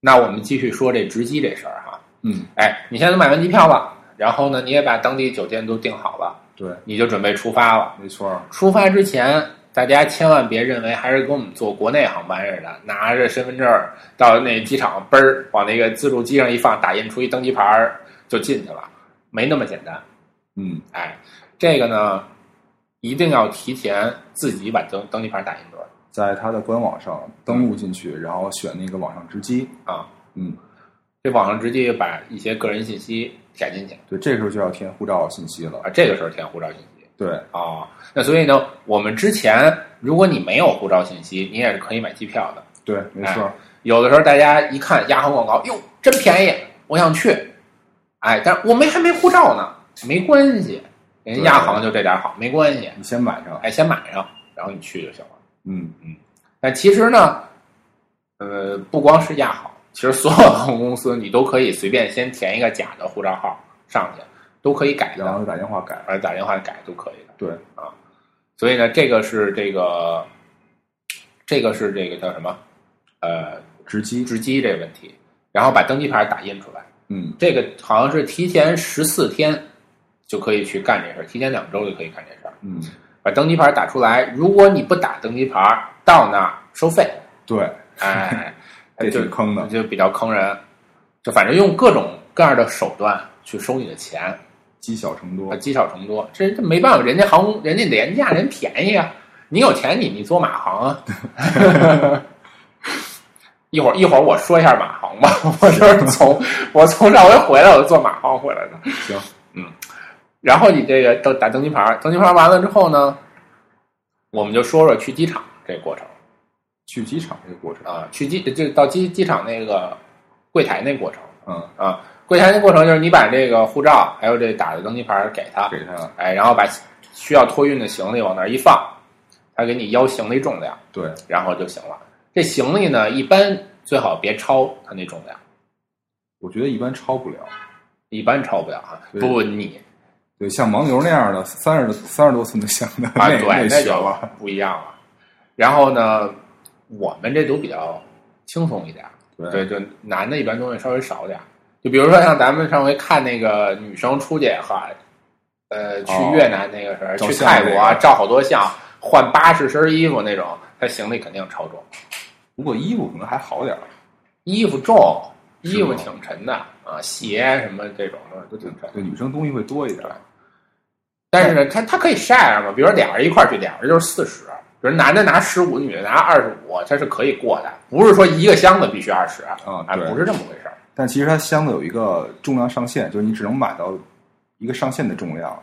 A: 那我们继续说这值机这事儿哈。
C: 嗯，
A: 哎，你现在都买完机票了，然后呢，你也把当地酒店都订好了，
C: 对，
A: 你就准备出发了。
C: 没错，
A: 出发之前，大家千万别认为还是跟我们坐国内航班似的，拿着身份证儿到那机场嘣儿往那个自助机上一放，打印出一登机牌儿就进去了，没那么简单。
C: 嗯，
A: 哎，这个呢，一定要提前自己把登登记牌打印出来
C: 在它的官网上登录进去，然后选那个网上值机。
A: 啊。
C: 嗯，
A: 这网上直接把一些个人信息填进去
C: 对，这时候就要填护照信息了。
A: 啊，这个时候填护照信息
C: 对，
A: 啊。那所以呢，我们之前如果你没有护照信息，你也是可以买机票的。
C: 对，没
A: 哎
C: 错，
A: 有的时候大家一看亚航广告，哟，真便宜，我想去。哎，但是我没还没护照呢，没关系，人家
C: 对
A: 亚航就这点好，没关系。
C: 你先买上。
A: 哎，先买上，然后你去就行了。
C: 嗯，
A: 但其实呢，呃，不光是亚航，其实所有的航空公司你都可以随便先填一个假的护照号上去，都可以改呃
C: 然
A: 的，
C: 后打电话改。
A: 而啊打电话改都可以的。
C: 对，
A: 所以呢，这个是这个这个是这个叫什么？呃，
C: 直击，
A: 直机这个问题，然后把登机牌打印出来。
C: 嗯，
A: 这个好像是提前十四天就可以去干这事儿，提前两周就可以干这事儿。
C: 嗯，
A: 把登机牌打出来，如果你不打登机牌，到那儿收费，
C: 对，，
A: 哎
C: 这
A: 就
C: 挺坑的。
A: 就比较坑人，就反正用各种各样的手段去收你的钱，
C: 积小成多
A: 啊，，积少成多，这这没办法，人家航空人家廉价，人便宜啊，你有钱你你坐马航 啊。一会儿一会儿我说一下马航吧，我就是从我从上回回来我就坐马航回来的，
C: 行，
A: 然后你这个都打登机牌，登机牌完了之后呢，我们就说说去机场这个过程
C: 去机场这个过程，
A: 啊，去机就到机机场那个柜台那过程
C: 嗯，
A: 啊，柜台那过程就是你把这个护照还有这打的登机牌给他，
C: 给他，
A: 哎，然后把需要托运的行李往那儿一放，他给你邀行李重量，
C: 对，
A: 然后就行了。这行李呢，一般最好别超他那重量，
C: 我觉得一般超不了。
A: 一般超不了啊。
C: 对
A: 不，你
C: 对，像盲流那样的三十三十多寸的箱子，
A: 啊，
C: 那
A: 对，那
C: 那
A: 就
C: 行了。
A: 不一样了。然后呢，我们这都比较轻松一点，
C: 对
A: 对，就男的一般东西稍微少点儿。就比如说像咱们上回看那个女生出去哈，呃，去
C: 哦
A: 越南那个时候，
C: 照
A: 去
C: 相
A: 泰
C: 那
A: 国
C: 个
A: 啊照好多相，换八十身衣服那种，他行李肯定超重。
C: 不过衣服可能还好点儿，
A: 衣服重，
C: 是吗
A: 衣服挺沉的啊，鞋什么这种的都挺沉。
C: 对，女生东西会多一点儿。
A: 但是呢，它它可以 share 嘛，比如说俩人一块儿去，俩人就是四十，比如男的拿十五，女的拿二十五，它是可以过的，不是说一个箱子必须二十啊
C: 啊对
A: 不是这么回事儿。
C: 但其实它箱子有一个重量上限，就是你只能买到一个上限的重量。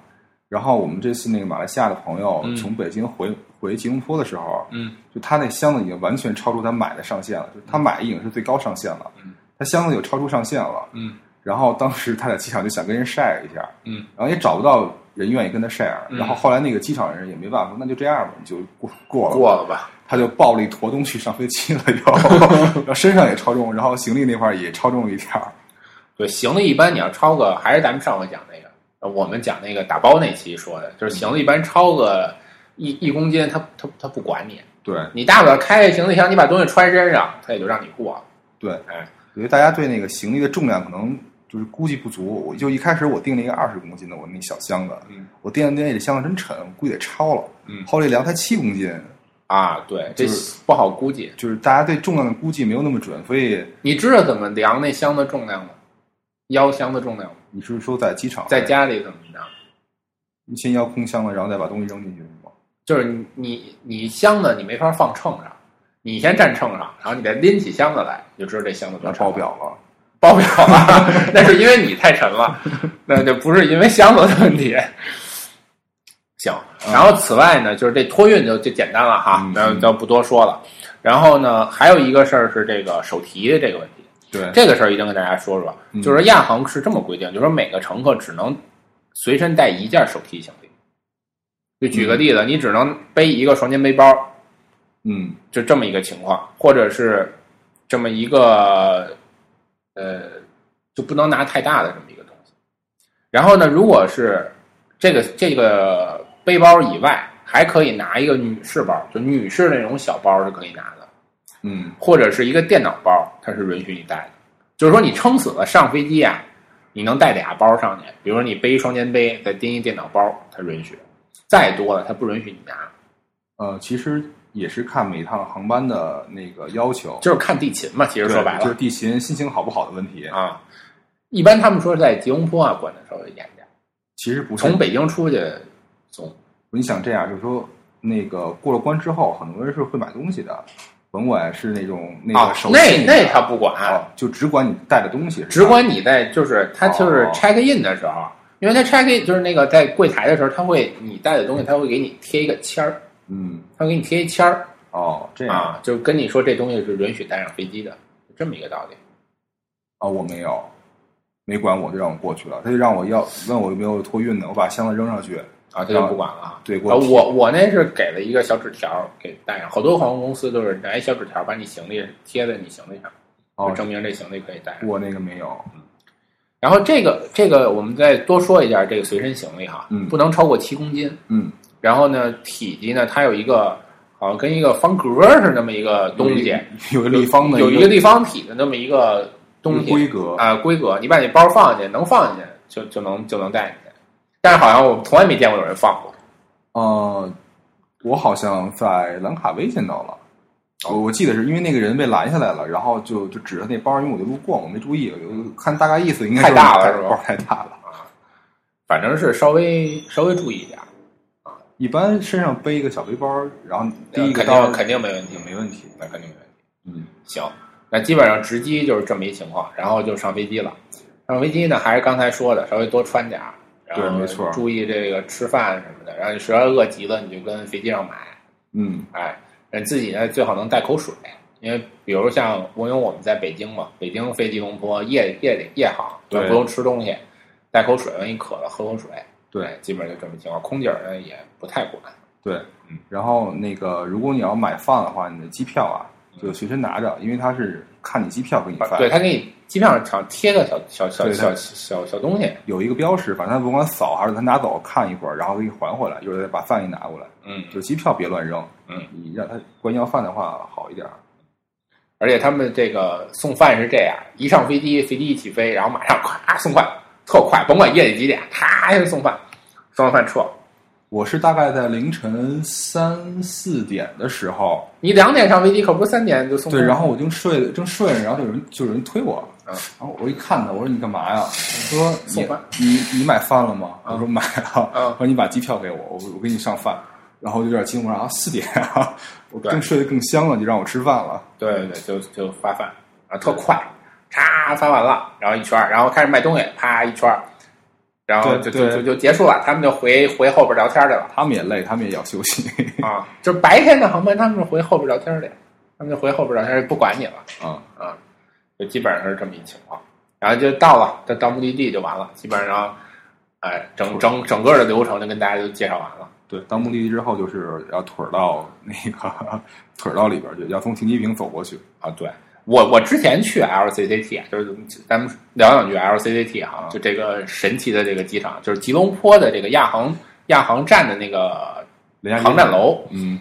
C: 然后我们这次那个马来西亚的朋友
A: 嗯
C: 从北京回、回吉隆坡的时候，
A: 嗯，
C: 就他那箱子已经完全超出他买的上限了，就他买已经是最高上限了，
A: 嗯，
C: 他箱子有超出上限了，
A: 嗯，
C: 然后当时他在机场就想跟人 share 一下，
A: 嗯，
C: 然后也找不到人愿意跟他 share，、
A: 嗯
C: 然后后来那个机场人也没办法，那就这样吧，你就过过了，
A: 过了吧，
C: 他就抱了一坨东西上飞机了，然 后然后身上也超重，然后行李那块儿也超重了一点儿，
A: 对，行李一般你要超个，还是咱们上回讲那个，呃我们讲那个打包那期说的，就是行李一般超个一一公斤，他他他不管你，
C: 对。
A: 你大不了开着行李箱，你把东西揣身上，他也就让你过了。
C: 对，
A: 哎，
C: 我觉得大家对那个行李的重量可能就是估计不足。我就一开始我定了一个二十公斤的我那小箱子，
A: 嗯
C: 我掂了掂这箱子真沉，我估计得超了。
A: 嗯
C: 后来量才七公斤，
A: 啊，对，这
C: 就是
A: 不好估计。
C: 就是大家对重量的估计没有那么准，所以
A: 你知道怎么量那箱的重量吗？腰箱的重量吗？
C: 你是说在机场
A: 在家里怎么量？
C: 先要空箱子，然后再把东西扔进去是吗？
A: 就是你你你箱子你没法放秤上，你先站秤上，然后你再拎起箱子来，你就知道这箱子多
C: 然
A: 少
C: 后爆表了。
A: 爆表了。啊那是因为你太沉了，那就不是因为箱子的问题。 行，然后此外呢，就是这托运就就简单了哈
C: 嗯，
A: 那
C: 嗯
A: 就不多说了。然后呢，还有一个事儿是这个手提的这个问题。
C: 对，
A: 这个事儿一定跟大家说说，
C: 嗯
A: 就是亚航是这么规定，就是说每个乘客只能随身带一件手提行李。就举个例子，你只能背一个双肩背包，
C: 嗯，
A: 就这么一个情况，或者是这么一个呃，就不能拿太大的这么一个东西。然后呢，如果是这个这个背包以外，还可以拿一个女士包，就女士那种小包是可以拿的。
C: 嗯，
A: 或者是一个电脑包，它是允许你带的。就是说你撑死了上飞机啊，你能带俩包上去，比如说你背一双肩背，再拎一电脑包，它允许。再多了，它不允许你拿，
C: 呃，其实也是看每趟航班的那个要求。
A: 就是看地勤嘛。其实说白
C: 对就是
A: 了
C: 地勤心情好不好的问题，
A: 啊，一般他们说在吉隆坡啊管的稍微严点，
C: 其实不是
A: 从北京出去松。
C: 你想这样，就是说，那个过了关之后，很多人是会买东西的，甭管是那种那
A: 啊
C: 个手，信
A: 那
C: 啊、
A: 那他不管，
C: 啊，就只管你带的东西是吧，
A: 只管你在就是他就是
C: 哦
A: check in 的时候，因为他 check in 就是那个在柜台的时候，他会你带的东西他会给你贴一个签儿，
C: 嗯
A: 他会给你贴一签儿，
C: 哦这样啊
A: 啊，就跟你说这东西是允许带上飞机的，这么一个道理。
C: 哦我没有，没管我就让我过去了，他就让我要问我有没有托运的，我把箱子扔上去，
A: 啊，这就不管了啊。
C: 对给
A: 啊
C: 我提
A: 我我那是给了一个小纸条给带上，好多航空公司都是拿一小纸条把你行李贴在你行李上，
C: 哦
A: 就证明这行李可以带上。
C: 我那个没有，
A: 然后这个这个我们再多说一下这个随身行李哈，
C: 嗯
A: 不能超过七公斤。
C: 嗯
A: 然后呢，体积呢它有一个好像跟一个方格是那么一个东西，
C: 有一嗯个立方的
A: 有一
C: 一
A: 个立方体的那么一个东西
C: 规格，
A: 啊、规格，你把你包放进去，能放进去就就能就能带进去。但是好像我从来没见过有人放过。
C: 呃，我好像在兰卡威见到了，我我记得是因为那个人被拦下来了，然后就就指着那包，因为我就路过，我没注意，我看大概意思应该
A: 太大
C: 就是
A: 了是吧
C: 包太大了。
A: 反正是稍微稍微注意一点，
C: 一般身上背一个小背包，然后第一个
A: 呃肯
C: 到
A: 定肯定没问题，
C: 没问题。
A: 那肯定没问题。
C: 嗯，
A: 行，那基本上直机就是这么一情况，然后就上飞机了。上飞机呢，还是刚才说的，稍微多穿点儿，然后
C: 对没错
A: 注意这个吃饭什么的。然后你实在饿极了，你就跟飞机上买，
C: 嗯，
A: 哎，呃自己呢最好能带口水，因为比如像我因为我们在北京嘛，北京飞吉隆坡夜夜里夜航，
C: 对
A: 不用吃东西，带口水，万一渴了喝口水，
C: 对
A: 哎，基本上就这么情况。空姐儿呢也不太管，
C: 对
A: 嗯。
C: 然后那个，如果你要买饭的话，你的机票啊，就随身拿着，因为他是看你机票给你发，
A: 嗯啊对，他给你机票上贴个小小小
C: 对
A: 小
C: 他
A: 小小东西，
C: 有一个标识，反正他不管扫还是他拿走看一会儿，然后给你还回来，一会儿再把饭给你拿过来。
A: 嗯，
C: 就机票别乱扔，
A: 嗯，
C: 你让他管要饭的话好一点儿。
A: 而且他们这个送饭是这样，一上飞机，飞机一起飞，然后马上咵送饭，特快，甭管夜里几点，咔就送饭，送完饭撤。
C: 我是大概在凌晨三四点的时候，
A: 你两点上飞机，可不是三点就送饭
C: 对，然后我正睡了正睡着，然后就有人就有人推我，
A: 嗯
C: 然后我一看他，我说你干嘛呀？说
A: 送饭
C: 你你你买饭了吗？
A: 嗯
C: 我说买了，
A: 嗯
C: 我说你把机票给我，我我给你上饭。然后就有点惊，我说啊四点啊， 我
A: 对
C: 正睡得更香了，就让我吃饭了。
A: 对对对，就就发饭啊，特快，嚓发完了，然后一圈儿，然后开始卖东西，啪一圈儿，然后就
C: 对
A: 就
C: 对
A: 就就结束了，他们就回回后边聊天去了
C: 他们也累，他们也要休息
A: 啊，就是白天的航班他们是回后边聊天去，他们就回后边聊天不管你了
C: 啊、
A: 啊，就基本上是这么一情况，然后就到了，到到目的地就完了，基本上，哎，整整整个的流程就跟大家就介绍完了，
C: 对，到目的地之后就是要腿儿到那个 腿儿到里边去，要从停机坪走过去。
A: 啊，对。我我之前去 LCCT 啊，就是咱们聊两句 LCCT 啊，就这个神奇的这个机场，就是吉隆坡的这个亚航亚航站的那个
C: 连
A: 航站，楼，
C: 嗯，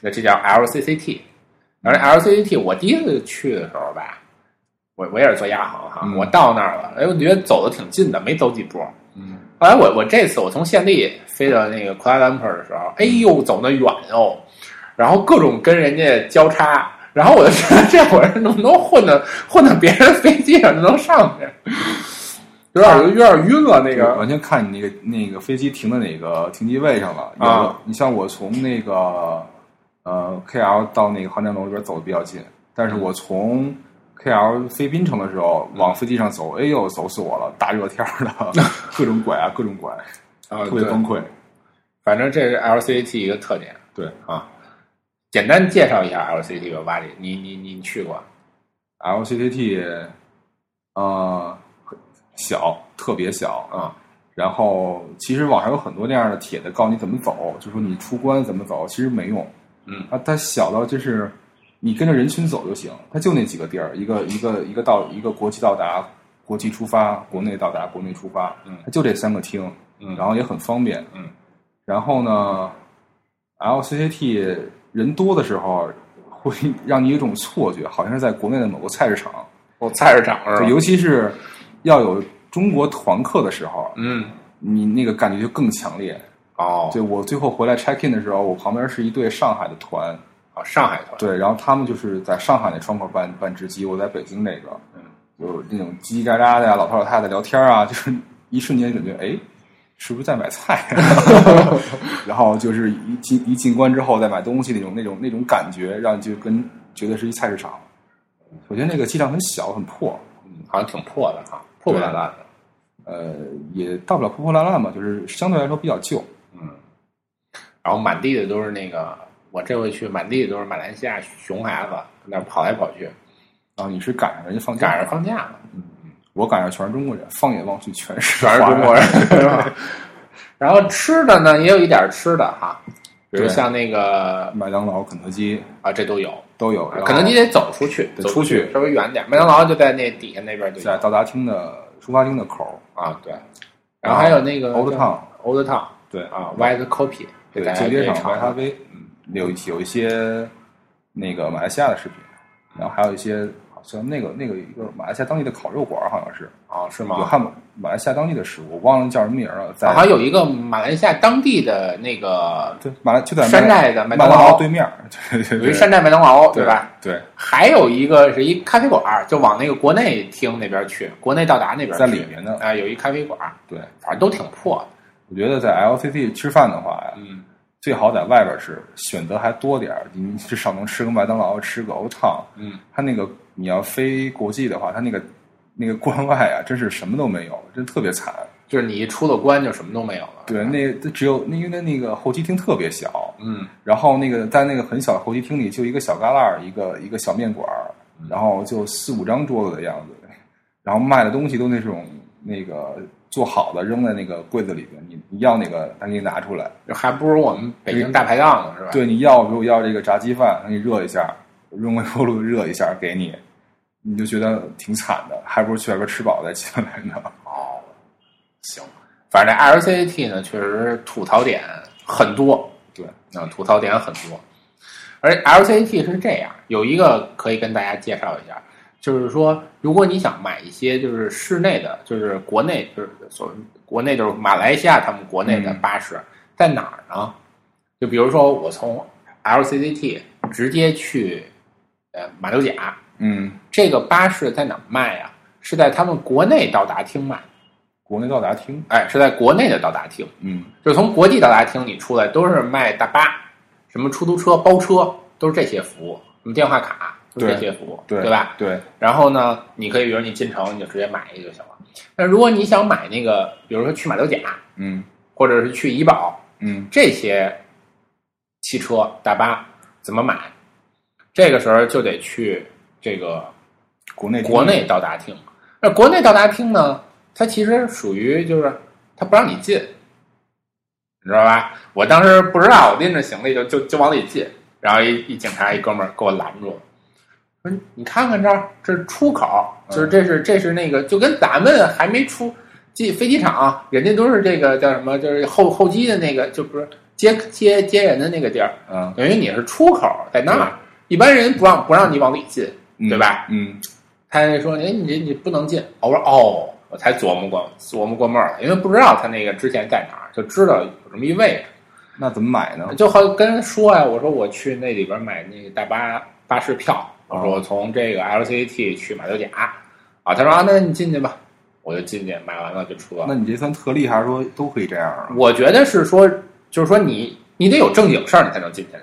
A: 那这叫 LCCT。而 LCCT 我第一次去的时候吧，我我也是坐亚航哈，
C: 嗯
A: 我到那儿了，哎，我觉得走的挺近的，没走几步。
C: 嗯，
A: 后来我我这次我从县立飞到那个 Kuala Lumpur 的时候，哎呦，走那远哦，然后各种跟人家交叉，然后我就觉得这会儿能不能混到混到别人飞机上就能上去，有点有点晕了那
C: 这个
A: 个
C: 完全看你那个那个飞机停在哪个停机位上了。有的
A: 啊
C: 你像我从那个呃 KL 到那个航站楼这边走的比较近，但是我从 KL 飞槟城的时候
A: 嗯
C: 往飞机上走，哎呦，走死我了！大热天 儿的，各种拐啊，各种拐，
A: 啊
C: 特别崩溃。
A: 反正这是 LCT 一个特点。
C: 对
A: 啊，简单介绍一下 LCT 吧，巴里，你你你去过
C: LCCT，呃，小，特别小，嗯
A: 啊？
C: 然后其实网上有很多那样的帖子告诉你怎么走，就说你出关怎么走，其实没用。
A: 嗯
C: 啊，它小到就是你跟着人群走就行，它就那几个地儿，一个一个一个到一个国际到达、国际出发、国内到达、国内出发，
A: 嗯
C: 它就这三个厅，
A: 嗯
C: 然后也很方便，
A: 嗯。
C: 然后呢，LCCT 人多的时候会让你有一种错觉，好像是在国内的某个菜市场，
A: 我菜市场是啊
C: 就
A: 吧？
C: 尤其是要有中国团客的时候，
A: 嗯，
C: 你那个感觉就更强烈。
A: 哦，
C: 对我最后回来 check in 的时候，我旁边是一队上海的团，
A: 哦上海团，
C: 对，然后他们就是在上海那窗口办办值机，我在北京那个，
A: 嗯，
C: 有那种叽叽喳喳的呀，老头老太太聊天啊，就是一瞬间感觉哎，是不是在 买菜、然后就是一进一进关之后再买东西那种那种那种感觉，让你就跟觉得是一菜市场。我觉得那个机场很小很破，
A: 嗯好像挺破的哈，破破烂烂的。
C: 呃，也到不了破破烂烂吧，就是相对来说比较旧。
A: 嗯，然后满地的都是那个，我这回去满地都是马来西亚熊孩子，在那儿跑来跑去，
C: 然后你是赶上人家放假，
A: 赶上放假了。
C: 我赶上全是中国人，放眼望去全是
A: 全是
C: 华
A: 中国人，是吧？ 然后吃的呢，也有一点吃的哈，比如
C: 对
A: 像那个
C: 麦当劳、肯德基
A: 啊，这都有。
C: 都有。然后
A: 肯德基得走出去，
C: 得
A: 走
C: 出去
A: 稍微远点。麦当劳就在那底下那边就有
C: 在到达厅的出发厅的口儿
A: 啊，对。然后还有那个
C: 啊 Old Town，
A: Old Town，
C: 对
A: 啊，White Coffee，
C: 对
A: 大，家
C: 旧
A: 可
C: 街
A: 以
C: 场
A: 尝
C: 白
A: 一
C: 咖
A: 尝
C: 啡，嗯，有有一些那个马来西亚的食品，然后还有一些好像那个那个一个马来西亚当地的烤肉馆，好像是啊
A: 啊，是
C: 有
A: 吗？
C: 汉堡马来西亚当地的食物，我忘了叫什么名儿了，在、
A: 好像有一个马来西亚当地的那个
C: 对马来就在
A: 山寨的麦
C: 麦
A: 当
C: 当
A: 劳
C: 劳对面儿， 对对
A: 有一
C: 对，
A: 山寨麦当劳，
C: 对
A: 对吧？？
C: 对，
A: 还有一个是一咖啡馆儿，就往那个国内厅那边去，国内到达那边去
C: 在里面呢
A: 啊，有一咖啡馆儿，
C: 对，
A: 反正都挺破的。
C: 我觉得在 LCC 吃饭的话呀，
A: 嗯，
C: 最好在外边吃，选择还多点儿，你至少能吃个麦当劳，吃个欧畅。
A: 嗯，
C: 它那个你要非国际的话，它那个那个关外啊，真是什么都没有，真特别惨。
A: 就是你一出了关就什么都没有了。
C: 对，那它只有那因为那个候机厅特别小，
A: 嗯，
C: 然后那个在那个很小的候机厅里，就一个小旮旯儿，一个一个小面馆儿，然后就四五张桌子的样子，然后卖的东西都那种那个做好的扔在那个柜子里边，你你要哪个他给你拿出来。
A: 就还不如我们北京大排档呢，是吧？，
C: 对，你要比如要这个炸鸡饭，给你热一下，用微波炉热一下给你，你就觉得挺惨的，还不如去外边吃饱再进来呢。
A: 哦，行，反正这 LCAT 呢，确实吐槽点很多，
C: 对，
A: 啊，吐槽点很多。而 LCAT 是这样，有一个可以跟大家介绍一下，就是说，如果你想买一些就是室内的，就是国内就是所谓国内就是马来西亚他们国内的
C: 嗯
A: 巴士，在哪儿呢？就比如说我从 LCCT 直接去呃马六甲，
C: 嗯，
A: 这个巴士在哪儿卖啊？是在他们国内到达厅卖，
C: 国内到达厅，
A: 哎，是在国内的到达厅，
C: 嗯，
A: 就是从国际到达厅里出来都是卖大巴、什么出租车、包车，都是这些服务，什么电话卡，都是这些服务，
C: 对，
A: 吧？？
C: 对，
A: 然后呢，你可以比如你进城你就直接买一个就行了。那如果你想买那个，比如说去马六甲，
C: 嗯
A: 或者是去怡保，
C: 嗯，
A: 这些汽车、大巴怎么买？这个时候就得去这个
C: 国内
A: 国内到达厅。那国内到达厅呢，它其实属于就是它不让你进，你知道吧？我当时不知道，我拎着行李就就就往里进，然后一一警察一哥们儿给我拦住了，说你看看这儿，这是出口，就是这是这是那个就跟咱们还没出进飞机场，人家都是这个叫什么，就是候候机的那个，就不是接接接人的那个地儿，
C: 嗯，
A: 等于你是出口在那儿，一般人不让不让你往里进，
C: 嗯
A: 对吧？
C: 嗯
A: 他说：“哎，你这你不能进。”我说：“哦，我才琢磨过琢磨过闷儿了，因为不知道他那个之前在哪儿，就知道有这么一位置，
C: 那怎么买呢？
A: 就好像跟人说呀、啊我说我去那里边买那个大巴巴士票，我说我从这个 LCT 去马六甲，啊，他说啊，那你进去吧，我就进去买完了就出来
C: 那
A: 了。
C: 你这算特例，还是说都可以这样啊？
A: 我觉得是说，就是说你你得有正经事儿你才能进去的。”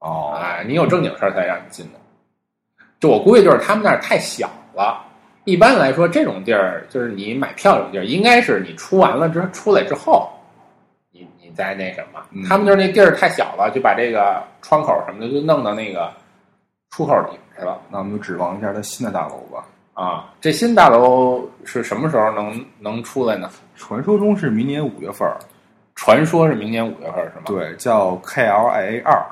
C: 哦，
A: 啊，你有正经事儿才让你进的。就我估计就是他们那儿太小了，一般来说这种地儿就是你买票这种地儿，应该是你出完了之后出来之后，你你再那什么
C: 嗯。
A: 他们就是那地儿太小了，就把这个窗口什么的就弄到那个出口里去了
C: 那我们就指望一下它新的大楼吧。
A: 啊。这新大楼是什么时候能能出来呢？
C: 传说中是明年五月份儿，
A: 传说是明年五月份是吗？
C: 对，叫 KLIA 二，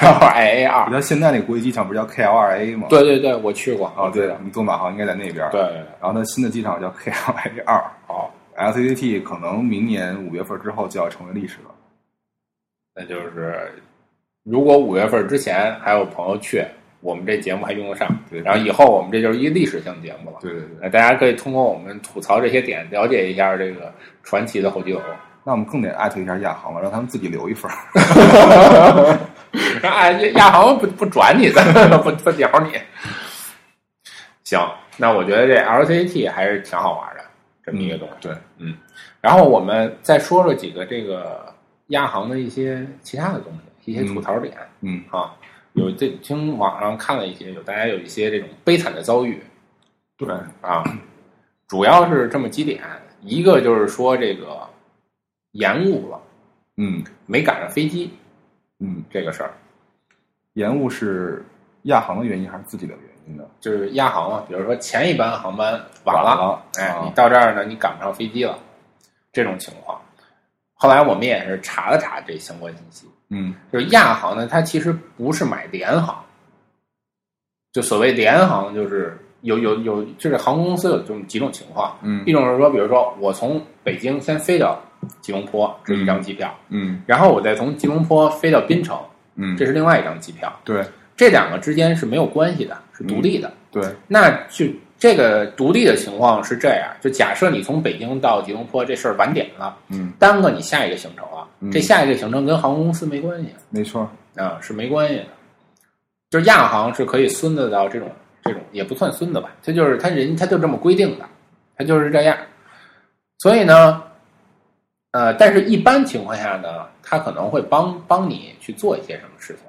A: ，L I A
C: 你
A: 二。
C: 知道现在那个国际机场不是叫 KLIA 吗？
A: 对对对，我去过。
C: 哦，对
A: 对，
C: 你坐马航应该在那边。
A: 对，对对，
C: 然后它新的机场叫 KLIA 二啊
A: 好，
C: ，LCCT 可能明年五月份之后就要成为历史了。
A: 那就是，如果五月份之前还有朋友去，我们这节目还用得上。
C: 对
A: 然后以后我们这就是一历史性节目了。
C: 对对对，
A: 那大家可以通过我们吐槽这些点，了解一下这个传奇的候机楼。
C: 那我们更得艾特一下亚航了，让他们自己留一份儿。
A: 哎，亚航不不转你的， 不不屌你。行，那我觉得这 LCT 还是挺好玩的这 么一个东西。
C: 嗯对，
A: 然后我们再说说几个这个亚航的一些其他的东西，一些吐槽点。
C: 嗯，
A: 啊，有这听网上看了一些，有大家有一些这种悲惨的遭遇
C: 对，
A: 啊，主要是这么几点，一个就是说这个延误了，
C: 嗯
A: 没赶上飞机
C: 嗯，
A: 这个事儿，
C: 延误是亚航的原因还是自己的原因呢？
A: 就是亚航啊，比如说前一班航班晚了，
C: 晚了
A: 哎
C: 啊，
A: 你到这儿呢，你赶不上飞机了，这种情况。后来我们也是查了查这相关信息，
C: 嗯
A: 就是亚航呢，它其实不是买联航，就所谓联航就是有有有，就是航空公司有这么几种情况，
C: 嗯
A: 一种是说，比如说我从北京先飞到吉隆坡，这一张机票，
C: 嗯
A: 然后我再从吉隆坡飞到槟城，
C: 嗯，
A: 这是另外一张机票。
C: 对
A: 这两个之间是没有关系的，是独立的。
C: 对，
A: 那就这个独立的情况是这样：就假设你从北京到吉隆坡这事儿晚点了，
C: 嗯，
A: 耽搁你下一个行程了。
C: 嗯
A: 这下一个行程跟航空公司没关系
C: 没错，
A: 啊，是没关系的。就是亚航是可以孙子到这种这种，也不算孙子吧，他就是他人他就这么规定的，他就是这样。所以呢，呃，但是一般情况下呢，他可能会帮帮你去做一些什么事情，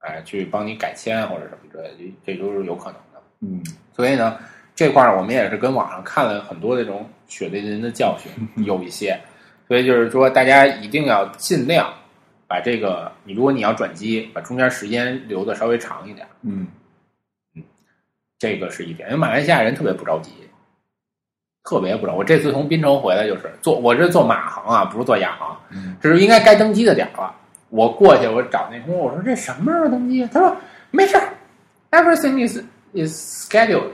A: 哎，去帮你改签或者什么之类的，这这都是有可能的。
C: 嗯
A: 所以呢，这块儿我们也是跟网上看了很多这种血泪人的教训，有一些，所以就是说大家一定要尽量把这个，你如果你要转机，把中间时间留的稍微长一点，
C: 嗯，
A: 这个是一点。因为马来西亚人特别不着急，特别不着。我这次从槟城回来就是坐，我这坐马航啊，不是坐亚航
C: 嗯，
A: 这是应该该登机的点儿了。我过去我找那空服，我说这什么时候登机啊？他说没事儿，everything is is scheduled。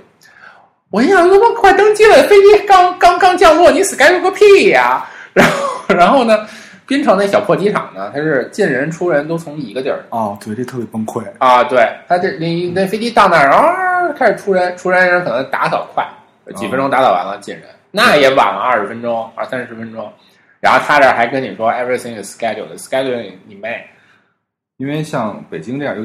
A: 我心想，他妈快登机了，飞机刚刚刚降落，你 schedule 个屁呀、 然后然后呢，槟城那小破机场呢，它是进人出人都从一个地儿
C: 哦，对，这特别崩溃，
A: 啊，对，他这你那飞机到那儿啊，开始出人，出人人可能打扫快，几分钟打扫完了进人，那也晚了二十分钟，二三十分钟。然后他这儿还跟你说 everything is scheduled，scheduled 你妹，
C: 因为像北京这样，就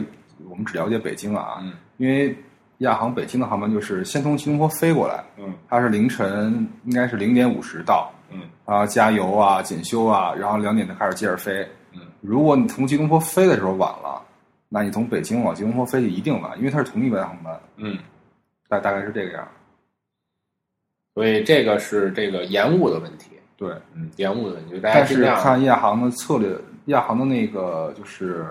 C: 我们只了解北京啊，
A: 嗯
C: 因为亚航北京的航班就是先从吉隆坡飞过来，
A: 嗯
C: 它是凌晨应该是零点五十到，
A: 嗯
C: 然后加油啊、检修啊，然后两点就开始接着飞。
A: 嗯，
C: 如果你从吉隆坡飞的时候晚了，那你从北京往吉隆坡飞就一定晚，因为它是同一班航班，
A: 嗯，
C: 大大概是这个样。
A: 所以这个是这个延误的问题，
C: 对，
A: 嗯，延误的问题，大家
C: 但
A: 尽
C: 是
A: 量
C: 看亚航的策略，亚航的那个就是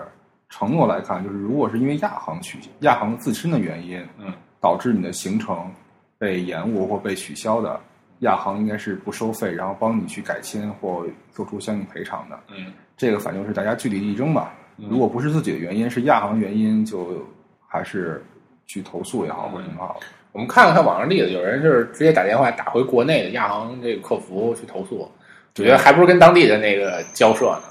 C: 承诺来看，就是如果是因为亚航取亚航自身的原因，
A: 嗯，
C: 导致你的行程被延误或被取消的，亚航应该是不收费，然后帮你去改签或做出相应赔偿的。
A: 嗯
C: 这个反正是大家据理力争吧。
A: 嗯
C: 如果不是自己的原因，是亚航原因，就还是去投诉也好，
A: 嗯
C: 或者什么好。
A: 我们看了看网上例子，有人就是直接打电话打回国内的亚航这个客服去投诉，我觉得还不如跟当地的那个交涉呢。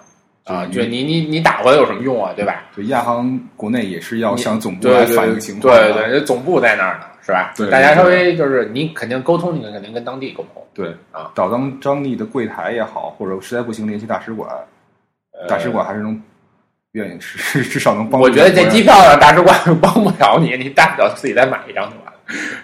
A: 啊，
C: 对
A: 就你你你打回来有什么用啊，对吧？
C: 对，亚航国内也是要向总部
A: 对
C: 来
A: 对
C: 反
A: 对
C: 映情况的。啊
A: 对对，人家总部在那儿呢，是吧？
C: 对
A: 大家
C: 对
A: 稍微就是你肯定沟通，你肯定跟当地沟通。
C: 对
A: 啊，
C: 找当当地的柜台也好，或者实在不行联系大使馆，
A: 呃
C: 大使，馆还是能愿意至至少能帮助
A: 我
C: 你
A: 觉
C: 的国
A: 得
C: 人。
A: 这机票上大使馆又帮不了你，你大不了自己再买一 张就完了。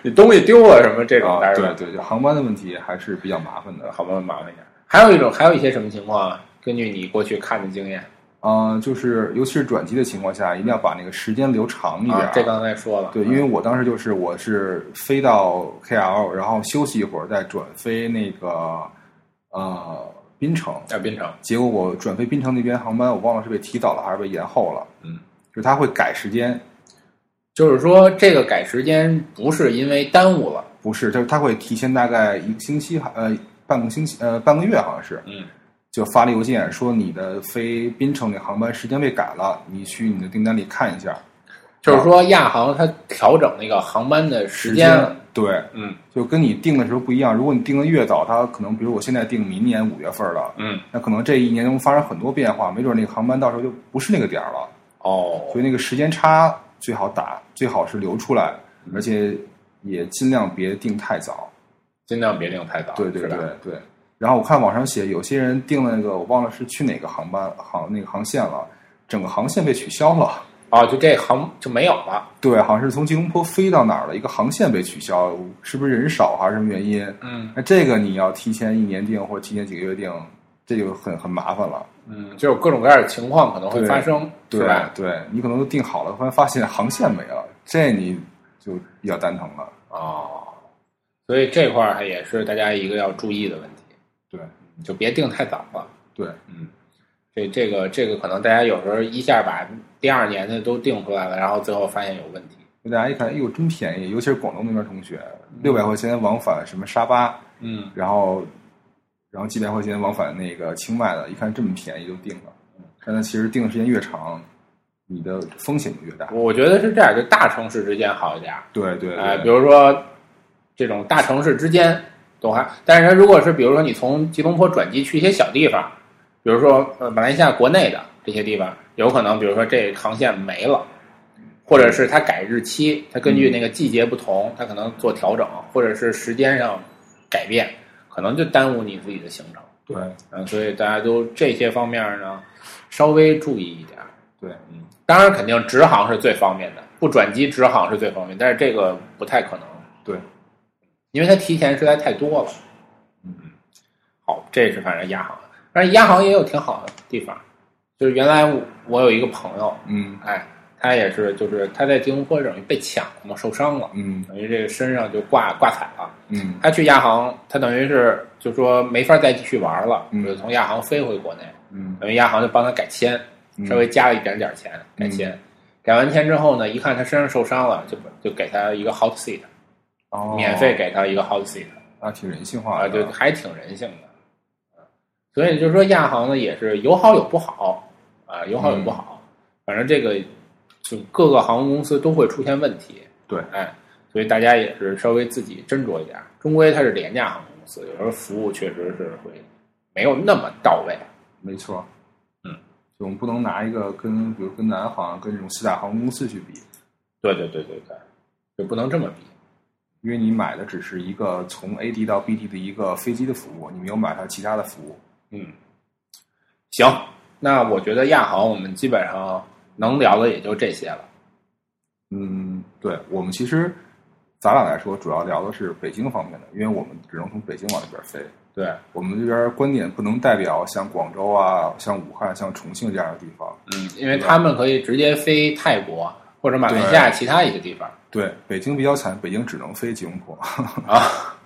A: 你东西丢了什么这种，
C: 啊
A: 大，使
C: 对
A: 馆
C: 对，就航班的问题还是比较麻烦的。
A: 好吧，麻烦一点。还有一种，还有一些什么情况啊？根据你过去看的经验
C: 嗯、就是尤其是转机的情况下，一定要把那个时间留长一点。
A: 啊，这刚才说了，
C: 对，因为我当时就是我是飞到 KL，然后休息一会儿，再转飞那个呃槟城。
A: 在槟城，
C: 结果我转飞槟城那边航班，我忘了是被提早了还是被延后了。
A: 嗯，
C: 就是他会改时间，
A: 就是说这个改时间不是因为耽误了，
C: 不是，就是他会提前大概一个星期，呃，半个星期，呃，半个月好像是，
A: 嗯，
C: 就发了邮件说你的飞槟城那航班时间被改了，你去你的订单里看一下。
A: 就是说亚航它调整那个航班的时间了，
C: 对，
A: 嗯
C: 就跟你定的时候不一样。如果你定的越早，它可能比如我现在定明年五月份了，
A: 嗯，
C: 那可能这一年中发生很多变化，没准那个航班到时候就不是那个点儿了。
A: 哦，
C: 所以那个时间差最好打，最好是留出来，而且也尽量别定太早。
A: 尽量别定太早，
C: 对对
A: 是吧
C: 对对。然后我看网上写，有些人定了那个，我忘了是去哪个航班航那个航线了，整个航线被取消了。
A: 哦，就这航就没有了。
C: 对，好像是从吉隆坡飞到哪儿了，一个航线被取消，是不是人少啊还是什么原因？
A: 嗯
C: 那这个你要提前一年定或者提前几个月定，这就很很麻烦了，
A: 嗯，就有各种各样的情况可能会
C: 对
A: 发生，
C: 对
A: 是吧？？
C: 对你可能都定好了，突然发现航线没了，这你就比较蛋疼了。
A: 哦，所以这块儿还也是大家一个要注意的问题，
C: 对
A: 就别定太早了。
C: 对，
A: 嗯，这这个这个可能大家有时候一下把第二年的都定出来了，然后最后发现有问题。
C: 大家一看，哎呦，真便宜，尤其是广东那边同学，六百块钱往返什么沙巴，
A: 嗯，
C: 然后然后几百块钱往返那个清迈的，一看这么便宜就定了。但它其实定的时间越长，你的风险就越大。
A: 我觉得是这样，就大城市之间好一点儿，
C: 对对
A: 哎、
C: 对，
A: 比如说这种大城市之间都还，但是如果是比如说你从吉隆坡转机去一些小地方，比如说呃马来西亚国内的这些地方，有可能比如说这航线没了，或者是它改日期，它根
C: 嗯
A: 据那个季节不同，它可能做调整，或者是时间上改变，可能就耽误你自己的行程。
C: 对
A: 嗯，所以大家都这些方面呢，稍微注意一点。嗯
C: 对，
A: 当然，肯定直航是最方便的，不转机直航是最方便，但是这个不太可能。
C: 对，
A: 因为它提前实在太多了。
C: 嗯，
A: 好，这是反正亚航，但是亚航也有挺好的地方，就是原来我我有一个朋友，
C: 嗯
A: 哎，他也是，就是他在吉隆坡等于被抢了嘛，受伤了，
C: 嗯
A: 等于这个身上就挂挂彩了。
C: 嗯
A: 他去亚航，他等于是就说没法再继续玩了，
C: 嗯
A: 就从亚航飞回国内，
C: 嗯
A: 等于亚航就帮他改签，
C: 嗯，
A: 稍微加了一点点钱改签。改完签之后呢，一看他身上受伤了，就就给他一个 hot seat，
C: 哦
A: 免费给他一个 hot seat。
C: 啊，挺人性化
A: 啊，
C: 的，
A: 对，还挺人性的。嗯所以就是说，亚航呢也是有好有不好啊，有好有不好。反正这个就各个航空公司都会出现问题。
C: 对，
A: 哎，所以大家也是稍微自己斟酌一下。终归它是廉价航空公司，有时候服务确实是会没有那么到位。
C: 没错，
A: 嗯，
C: 就我们不能拿一个跟比如跟南航跟这种西大航空公司去比，
A: 对对对对对，就不能这么比。
C: 因为你买的只是一个从 A 地到 B 地的一个飞机的服务，你没有买它其他的服务。
A: 嗯，行，那我觉得亚航我们基本上能聊的也就这些了。
C: 嗯，对，我们其实咱俩来说，主要聊的是北京方面的，因为我们只能从北京往那边飞，
A: 对，
C: 我们这边观点不能代表像广州啊、像武汉、像重庆这样的地方。
A: 嗯，因为他们可以直接飞泰国或者马来西亚其他一些地方
C: 对，北京比较惨，北京只能飞吉隆坡。
A: 啊。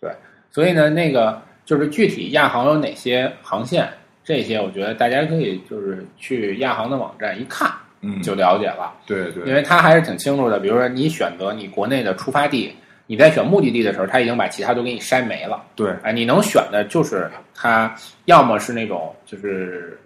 A: 对，所以呢，那个就是具体亚航有哪些航线，这些我觉得大家可以就是去亚航的网站一看
C: 嗯，
A: 就了解了，
C: 对
A: 因
C: 对
A: 为它还是挺清楚的。比如说你选择你国内的出发地，你在选目的地的时候，它已经把其他都给你筛没了。
C: 对，
A: 哎，你能选的就是它，要么是那种就是，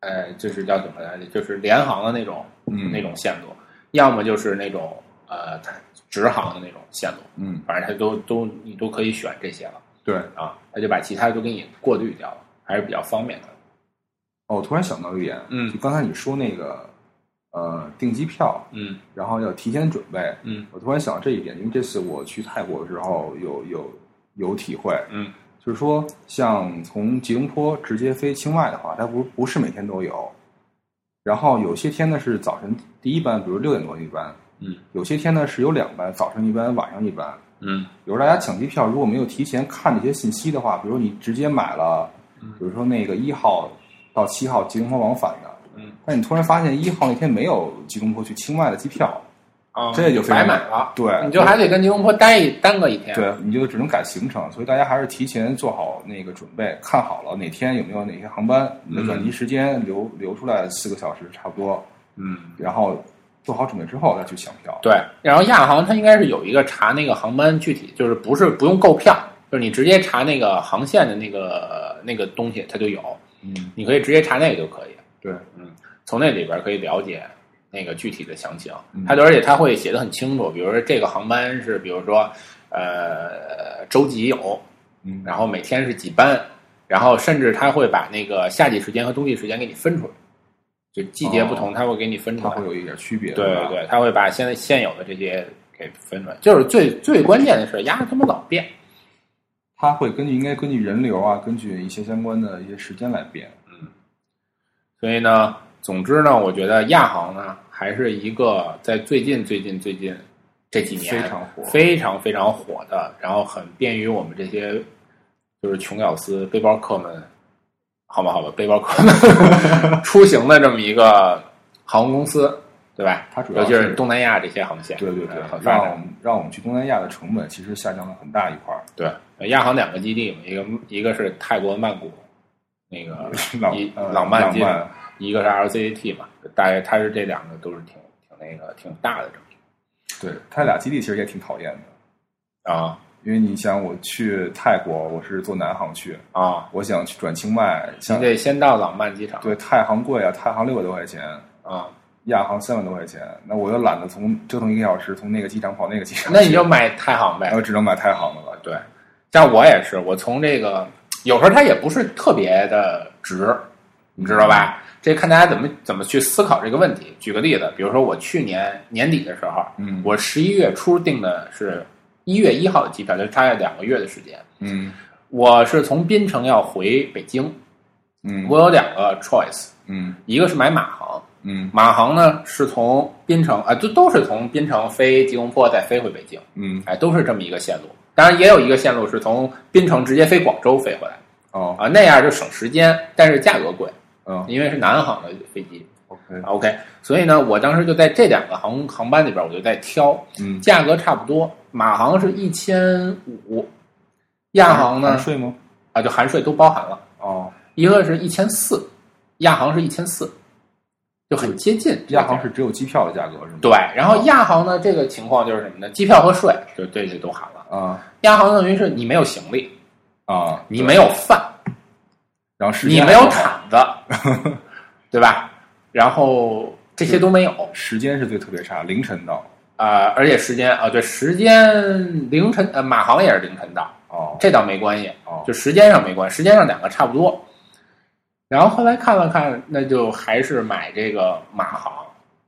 A: 呃，就是叫什么来着？就是联航的那种
C: 嗯，
A: 那种线路，要么就是那种呃它直航的那种线路，
C: 嗯，
A: 反正它都都你都可以选这些了
C: 对。
A: 啊，它就把其他都给你过滤掉了，还是比较方便的。
C: 哦，我突然想到一点，
A: 嗯
C: 就刚才你说那个呃订机票，
A: 嗯
C: 然后要提前准备。
A: 嗯
C: 我突然想到这一点，因为这次我去泰国的时候有有有体会，
A: 嗯
C: 就是说像从吉隆坡直接飞清迈的话，它不不是每天都有，然后有些天呢是早晨第一班，比如六点多一班，
A: 嗯，
C: 有些天呢是有两班，早上一班，晚上一班。
A: 嗯
C: 有时候大家抢机票，如果没有提前看这些信息的话，比如你直接买了，
A: 嗯
C: 比如说那个一号到七号吉隆坡往返的，
A: 嗯，
C: 但你突然发现一号那天没有吉隆坡去清迈的机票，
A: 啊，
C: 这就非
A: 白
C: 常
A: 买了，
C: 对，
A: 你就还得跟吉隆坡待一耽搁一天。，
C: 对，你就只能改行程，所以大家还是提前做好那个准备，看好了哪天有没有哪些航班，你的转机时间留留出来四个小时差不多，
A: 嗯。
C: 然后做好准备之后再去抢票。
A: 对，然后亚航它应该是有一个查那个航班具体，就是不是不用购票，就是你直接查那个航线的那个那个东西，它就有，
C: 嗯，
A: 你可以直接查那个就可以。
C: 对，嗯
A: 从那里边可以了解那个具体的详情
C: 嗯。
A: 它就而且它会写的很清楚，比如说这个航班是，比如说呃周几有，
C: 嗯，
A: 然后每天是几班，然后甚至它会把那个夏季时间和冬季时间给你分出来，就季节不
C: 哦
A: 同，它会给你分出
C: 它
A: 来。
C: 会有一点区别。
A: 对
C: 吧
A: 对，对，它会把现在现有的这些给分出来。就是最最关键的是，压他妈老变。
C: 它会根据应该根据人流啊，根据一些相关的一些时间来变。
A: 所以呢，总之呢，我觉得亚航呢还是一个在最近最近最近这几年
C: 非常火
A: 非常非常火的，然后很便于我们这些就是穷屌丝背包客们，好吧好吧，背包客 们出行的这么一个航空公司，对吧？
C: 它主要
A: 尤其
C: 是
A: 是东南亚这些航线，
C: 对对对
A: 呃很，发
C: 让我
A: 达。
C: 们让我们去东南亚的成本其实下降了很大一块儿。
A: 对，亚航两个基地嘛，一个一个是泰国曼谷，那个
C: 浪
A: 一
C: 呃
A: 浪漫
C: 浪
A: 基地
C: 漫，
A: 一个是 LCAT 嘛，大概它是这两个都是挺挺那个挺大的这么一
C: 对，它俩基地其实也挺讨厌的。
A: 个啊
C: 因为你想，我去泰国，我是坐南航去，
A: 啊，
C: 我想去转清迈，
A: 你
C: 像
A: 得先到朗曼机场
C: 对泰航贵啊，泰航六百多块钱，
A: 啊，
C: 亚航三百多块钱，那我又懒得从折腾一个小时，从那个机场跑那个机场去，呃
A: 那你就买太行
C: 然
A: 呗
C: 后。只能买泰航的了。
A: 对，像我也
C: 嗯
A: 是，我从这个有时候它也不是特别的值，你知道吧？这看大家怎么怎么去思考这个问题。举个例子，比如说我去年年底的时候，
C: 嗯
A: 我十一月初订的是一月一号的机票，就是大概两个月的时间。
C: 嗯
A: 我是从槟城要回北京，
C: 嗯
A: 我有两个 choice，
C: 嗯
A: 一个是买马航，
C: 嗯
A: 马航呢是从槟城啊，就都是从槟城飞吉隆坡再飞回北京，
C: 嗯
A: 哎，都是这么一个线路。当然也有一个线路是从槟城直接飞广州飞回来
C: 哦
A: 啊，那样就省时间，但是价格贵，
C: 嗯
A: 因为是南航的飞机。
C: OK
A: 啊 OK，所以呢，我当时就在这两个航航班里边，我就在挑，
C: 嗯，
A: 价格差不多。马航是一千五，亚航
C: 含
A: 呢
C: 税吗？
A: 啊就含税都包含了，
C: 哦，
A: 一个是一千四，亚航是一千四，就很接近这个
C: 亚
A: 价。
C: 航是只有机票的价格是吗？
A: 对，然后亚航呢，这个情况就是什么呢？机票和税就这些都含了。
C: 啊
A: 亚航等于是你没有行李，
C: 啊，
A: 你没有饭，
C: 然后时
A: 你
C: 间
A: 没有
C: 还好
A: 毯子， 对吧？然后这些都没有
C: 时间是最特别差，凌晨到
A: 啊、而且时间啊、对，时间凌晨呃，马航也是凌晨到，
C: 哦
A: 这倒没关系，
C: 哦
A: 就时间上没关系，时间上两个差不多。然后后来看了看，那就还是买这个马航，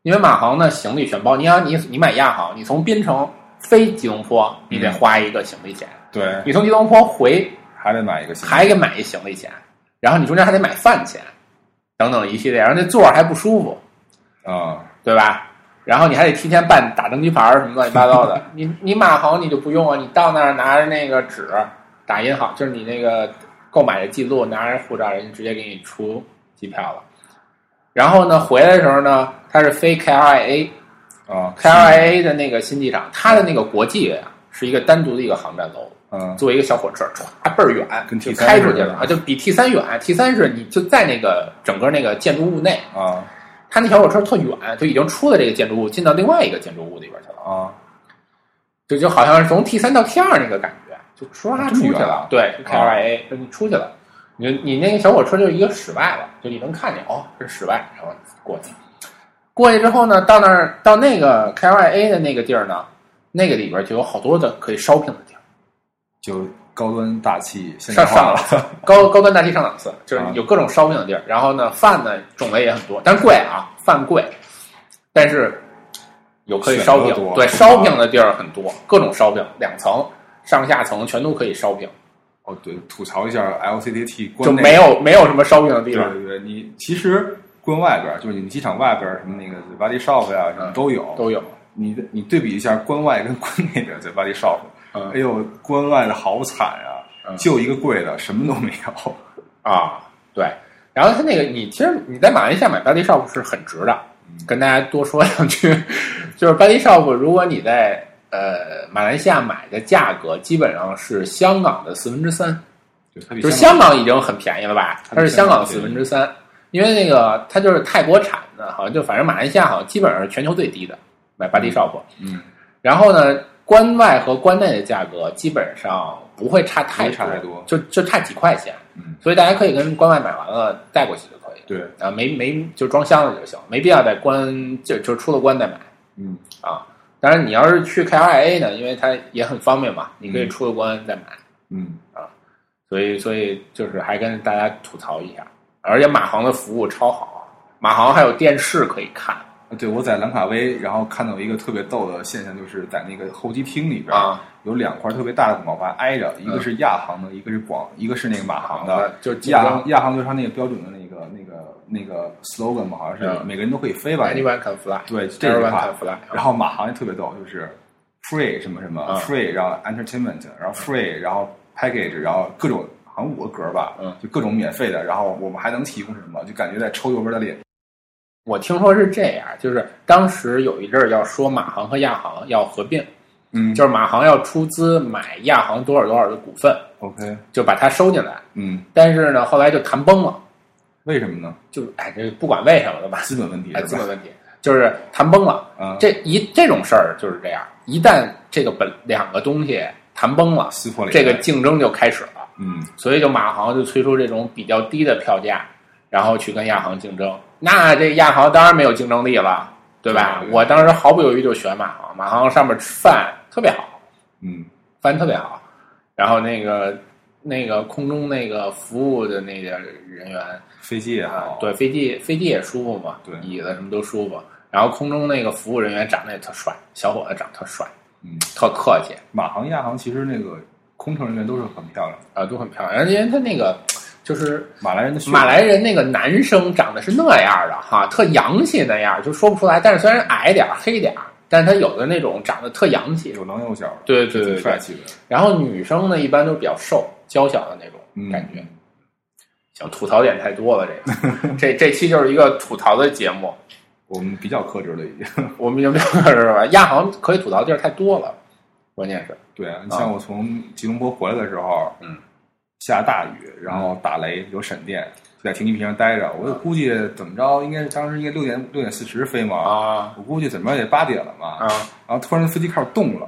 A: 因为马航呢行李全包。你想你你买亚航，你从槟城飞吉隆坡，你得
C: 嗯
A: 花一个行李钱；
C: 对，
A: 你从吉隆坡回
C: 还得买一个新的
A: 还给买一行李钱，然后你中间还得买饭钱，等等一系列，然后那座儿还不舒服，
C: 啊
A: 对吧？然后你还得提前办打登机牌儿什么乱七八糟 的。你你马航你就不用啊，你到那儿拿着那个纸打印好，就是你那个购买的记录，拿着护照，人家直接给你出机票了。然后呢，回来的时候呢，它是飞 KLIA，KLIA
C: 啊，
A: 的那个新机场，它的那个国际啊是一个单独的一个航站楼，
C: 嗯
A: 坐一个小火车，歘倍儿远，
C: 跟
A: 就
C: T3
A: 开出去了
C: 似的
A: 啊，就比 T 三远。T 三是你就在那个整个那个建筑物内，
C: 啊
A: 他那小火车特远，就已经出了这个建筑物，进到另外一个建筑物里边去了，
C: 啊
A: 就就好像是从 T 三到 T 二那个感觉，就唰
C: 啊
A: 出
C: 这么
A: 去
C: 远
A: 了
C: 啊，
A: 对就，KLIA 就你出去了，你就你那个小火车就是一个室外了，就你能看见哦，这是室外，然后过去，过去之后呢，到那儿到那个 KLIA 的那个地儿呢，那个里边就有好多的可以 shopping 的地儿。
C: 就高端大气现代
A: 上
C: 化
A: 上
C: 了，
A: 档次，高高端大气上档次，就是
C: 啊
A: 有各种烧饼的地儿。然后呢，饭呢种类也很多，但是贵啊，饭贵，但是有可以烧饼
C: 选择，多
A: 对，烧饼的地儿很多，各种烧饼，两层、上下层全都可以烧饼，
C: 哦对，吐槽一下 LCDT 关
A: 就
C: 内
A: 没有没有什么烧饼的地
C: 对
A: 方。
C: 对对，你其实关外边儿就是你们机场外边儿什么那个 body shop 呀、什么
A: 嗯
C: 都有，
A: 都有，
C: 你你对比一下关外跟关内的 The Body Shop，、
A: 嗯
C: 哎呦，关外的好惨啊，
A: 嗯
C: 就一个柜子，什么都没有。
A: 啊，对。然后他那个，你其实你在马来西亚买 Body Shop 是很值的，
C: 嗯
A: 跟大家多说两句， 就是 Body Shop，如果你在呃马来西亚买的价格，基本上是香港的四分之三，
C: 就它比
A: 就是
C: 香
A: 香港已经很便宜了吧？它是香港四分之三，因为那个它就是泰国产的，好像就反正马来西亚好像基本上是全球最低的买 Body Shop，
C: 嗯，
A: 然后呢，关外和关内的价格基本上不会差太
C: 不会差太多
A: 就就差几块钱，
C: 嗯
A: 所以大家可以跟关外买完了带过去就可以了，
C: 对，
A: 啊，没没就装箱子就行，没必要在关就就出了关再买
C: 嗯
A: 啊。当然，你要是去 KLIA 呢，因为它也很方便嘛，你可以出了关再买。
C: 嗯，
A: 所以所以就是还跟大家吐槽一下，而且马航的服务超好，啊马航还有电视可以看
C: 啊对，我在兰卡威，然后看到一个特别逗的现象，就是在那个候机厅里边，
A: 啊，嗯
C: 有两块特别大的广告牌挨着，一个是亚航的，一个是广，一个是那个马航的。
A: 啊就是竞
C: 亚
A: 争
C: 航亚航就是它那个标准的那个那个那个 slogan 嘛，好像是
A: 嗯
C: 每个人都可以飞吧？
A: ，anyone can fly，
C: 对，这句
A: ，everyone
C: 话
A: can fly，
C: 然后马航也特别逗，就是 free 什么什么、
A: 啊
C: free，然后 entertainment，然后 free，然后 package，然后各种好像五个格吧，
A: 嗯
C: 就各种免费的，然后我们还能提供什么？就感觉在抽油门的脸。
A: 我听说是这样，就是当时有一阵儿要说马航和亚航要合并，
C: 嗯
A: 就是马航要出资买亚航多少多少的股份，
C: OK，
A: 就把它收进来。
C: 嗯，
A: 但是呢，后来就谈崩了，
C: 为什么呢？
A: 就哎，这不管为什么了吧，
C: 资本问题
A: 哎，
C: 是
A: 资
C: 吧
A: 本？问题就是谈崩了。
C: 啊，
A: 这一这种事儿就是这样，一旦这个本两个东西谈崩了，
C: 撕破脸，
A: 这个竞争就开始了。
C: 嗯，
A: 所以就马航就推出这种比较低的票价，然后去跟亚航竞争。那这亚航当然没有竞争力了，对吧
C: 对？对
A: 我当时毫不犹豫就选马航，马航上面吃饭特别好，
C: 嗯
A: 饭特别好，然后那个那个空中那个服务的那个人员
C: 飞机也
A: 啊
C: 好，，
A: 对，飞机飞机也舒服嘛，
C: 哦对
A: 椅子什么都舒服。然后空中那个服务人员长得也特帅，小伙子长得特帅，
C: 嗯，
A: 特客气
C: 马航、亚航其实那个空乘人员都是很漂亮的，
A: 啊，都很漂亮。而且他那个就是
C: 马来人的血
A: 马来人那个男生长得是那样的哈，特洋气那样，就说不出来。但是虽然矮点儿、黑点儿，但是他有的那种长得特洋气。
C: 有棱有角，
A: 对对对
C: 挺帅
A: 对。
C: 气的，
A: 然后女生呢，一般都比较瘦、娇小的那种
C: 嗯
A: 感觉。行，吐槽点太多了，这 个这这期就是一个吐槽的节目。
C: 我们比较克制了已经。
A: 我们有没有是吧？亚航可以吐槽的地儿太多了，关键是
C: 对啊，你像我从吉隆坡回来的时候，
A: 嗯，
C: 下大雨，然后打雷，有闪电，就在停机坪上待着。我
A: 啊
C: 就估计怎么着，应该是当时应该六点六点四十飞嘛，
A: 啊
C: 我估计怎么着也八点了嘛。
A: 啊，
C: 然后突然飞机开始动了，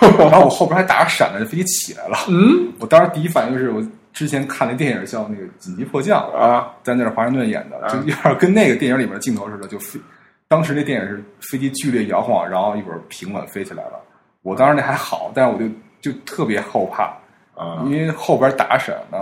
C: 然后我后边还打着闪呢，飞机起来了。
A: 嗯
C: 我当时第一反应就是我之前看那电影叫那个《紧急迫降》，
A: 啊
C: 在那是华盛顿演的，
A: 啊
C: 就有点跟那个电影里面的镜头似的，就飞。当时那电影是飞机剧烈摇晃，然后一会儿平稳飞起来了。我当时那还好，但是我就就特别后怕，
A: 啊
C: 因为后边打闪呢，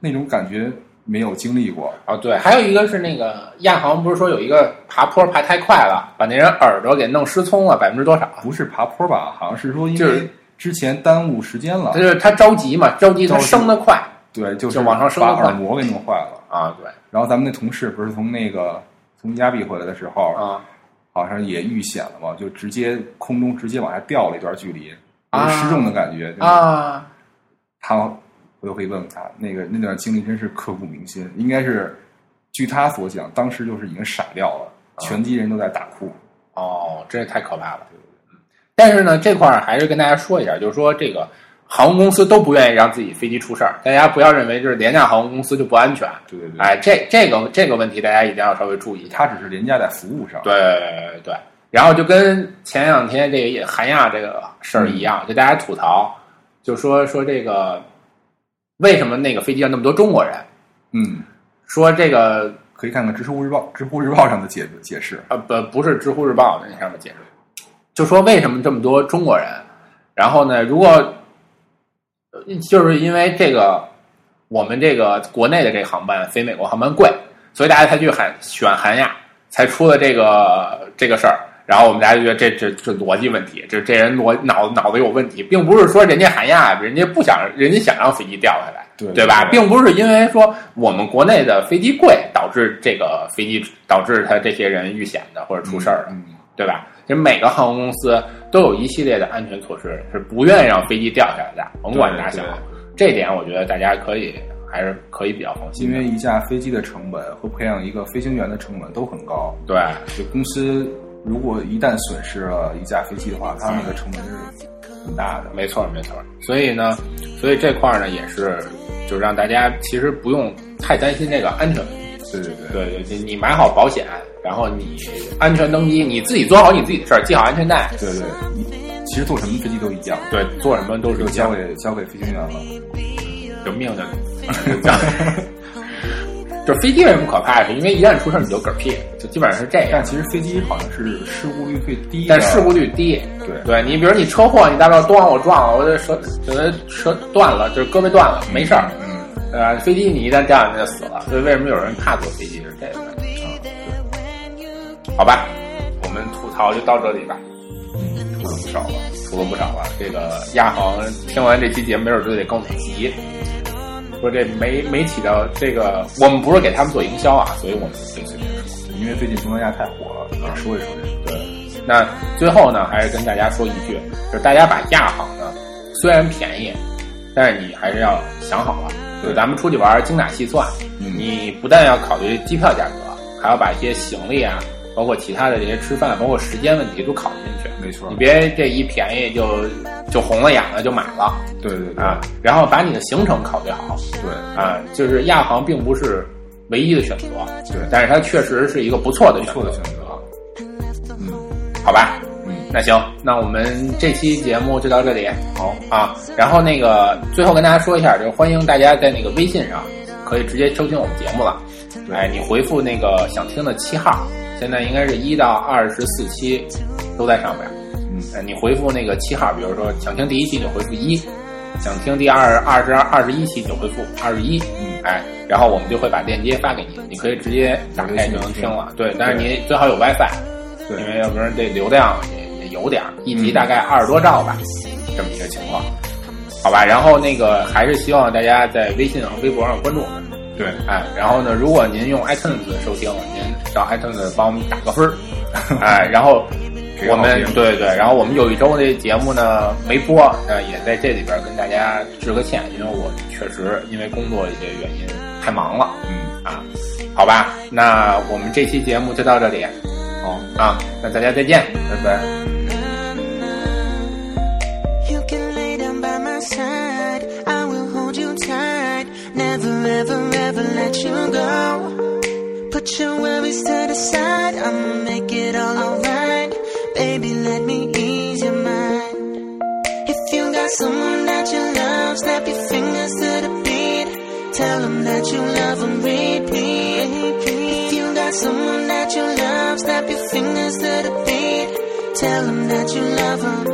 C: 那种感觉没有经历过。
A: 哦对，还有一个是那个亚航不是说有一个爬坡爬太快了，把那人耳朵给弄失聪了，百分之多少？
C: 不是爬坡吧？好像是说因
A: 就是
C: 为之前耽误时间了
A: 他，就是他着急嘛，着急他
C: 着急
A: 升得快
C: 对，就是
A: 就往上升
C: 把
A: 得快
C: 耳膜给弄坏了。
A: 啊，对
C: 然后咱们那同事不是从那个从加币回来的时候，
A: 啊
C: 好像也遇险了嘛，就直接空中直接往下掉了一段距离，
A: 啊
C: 有失重的感觉。
A: 啊，
C: 他我又可以问问他，那个那段经历真是刻骨铭心，应该是据他所讲，当时就是已经傻掉了，
A: 啊
C: 全机人都在大哭。
A: 哦，真是太可怕了。但是呢，这块儿还是跟大家说一下，就是说这个航空公司都不愿意让自己飞机出事儿，大家不要认为就是廉价航空公司就不安全。
C: 对对对，
A: 哎，这这个这个问题大家一定要稍微注意一下。
C: 他只是廉价在服务上。
A: 对对对，然后就跟前两天这个也韩亚这个事儿一样，就大家吐槽，就说说这个为什么那个飞机上那么多中国人，
C: 嗯，
A: 说这个
C: 可以看看知乎日报，知乎日报上的解解释。
A: 呃不不是知乎日报的那上面解释，就说为什么这么多中国人，然后呢，如果呃就是因为这个我们这个国内的这个航班飞美国航班贵，所以大家才去喊选韩亚，才出了这个这个事儿。然后我们大家就觉得这这这逻辑问题，这这人逻脑脑子有问题，并不是说人家韩亚人家不想人家想让飞机掉下来，
C: 对
A: 吧？
C: 对
A: 并不是因为说我们国内的飞机贵导致这个飞机导致他这些人遇险的或者出事儿的，
C: 嗯，
A: 对吧？其实每个航空公司都有一系列的安全措施，是不愿意让飞机掉下来的，甭管大小
C: 对。
A: 这点我觉得大家可以还是可以比较放心
C: 因
A: 的。
C: 为一架飞机的成本和培养一个飞行员的成本都很高，
A: 对
C: 就公司如果一旦损失了一架飞机的话，它那个成本是很大的。
A: 没错没错。所以呢，所以这块儿呢也是，就让大家其实不用太担心这个安全问题。
C: 对对对，
A: 对对，你你买好保险，然后你安全登机，你自己做好你自己的事儿，系好安全带。
C: 对对，你其实做什么飞机都一样，
A: 对，做什么都是
C: 就
A: 有
C: 交给交给飞行员了。
A: 有命的， 就飞机为什么可怕？是因为一旦出事儿你就嗝屁，就基本上是这样
C: 但。其实飞机好像是事故率最低的，
A: 但事故率低，
C: 对
A: 对你，比如你车祸，你大不了都让我撞了，我这舌整个舌断了，就是胳膊断了，没事儿，
C: 嗯，
A: 对吧？呃飞机你一旦掉下去就死了，所以为什么有人怕坐飞机是这个原因？啊对好吧，我们吐槽就到这里吧，
C: 出了不少了。
A: 吐了不少了。这个亚航听完这期节目，没准就得跟我们急，说这没没起到这个，我们不是给他们做营销啊，所以我们可以随便说。
C: 因为最近东南亚太火了，也说一说这个。对，
A: 那最后呢，还是跟大家说一句，就是大家把亚航呢，虽然便宜，但是你还是要想好了，就是
C: 对
A: 咱们出去玩儿精打细算，
C: 嗯
A: 你不但要考虑机票价格，还要把一些行李啊，包括其他的这些吃饭，包括时间问题都考虑进去。
C: 没错
A: 你别这一便宜就就红了眼了就买了
C: 对对对
A: 啊，然后把你的行程考虑好
C: 对，
A: 啊，就是亚航并不是唯一的选择，
C: 对
A: 但是它确实是一个不错的
C: 不
A: 选
C: 错
A: 择
C: 的，选择。嗯
A: 好吧？
C: 嗯，
A: 那行，那我们这期节目就到这里
C: 好，
A: 啊。然后那个最后跟大家说一下，就是欢迎大家在那个微信上可以直接收听我们节目了。
C: 对
A: 哎，你回复那个想听的七号，现在应该是一到二十四期都在上边。
C: 嗯
A: 哎，你回复那个七号，比如说想听第一期，你回复一；想听第二二十二二十一期就回复二十一，
C: 嗯
A: 哎，然后我们就会把链接发给你，你可以直接打开就能听了。对，但是你最好有 WiFi，
C: 对嗯
A: 因为要不然这流量也也有点儿，一集大概二十多兆吧，这么一个情况，好吧。然后那个还是希望大家在微信上、微博上关注我们。
C: 对，
A: 哎，然后呢，如果您用 iTunes 收听，您找 iTunes 帮我们打个分儿，哎，然后
C: 给个
A: 我
C: 好
A: 们
C: 评
A: 对对，然后我们有一周这节目呢没播，呃，也在这里边跟大家致个歉，因为我确实因为工作一些原因太忙了
C: 嗯，
A: 啊，好吧，那我们这期节目就到这里
C: 好，
A: 啊，那大家再见。
C: 拜拜。
B: Uh-huh. You can lay down by my side. I will hold you tight. Never, ever, ever let you go. Put your worries to the side. I'ma make it all alright. Baby, let me ease your mind. If you got someone that you love, snap your fingers to the beat. Tell them that you love them, repeat. If you got someone that you love, snap your fingers to the beat. Tell them that you love them.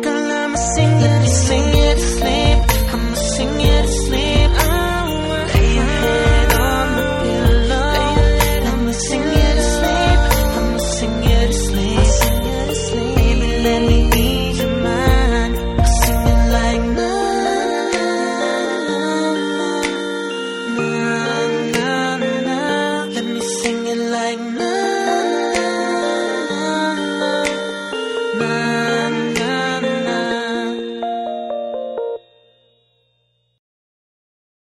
B: Girl, I'ma sing you to sing you to sleep. I'ma sing you to sleep. Oh, lay your head on the pillow. I'ma sing you to sleep. I'ma sing you to sleep. Sing you to sleep. Baby, let me ease your mind. Sing it like na na na na na na. Let me sing it like na na na na.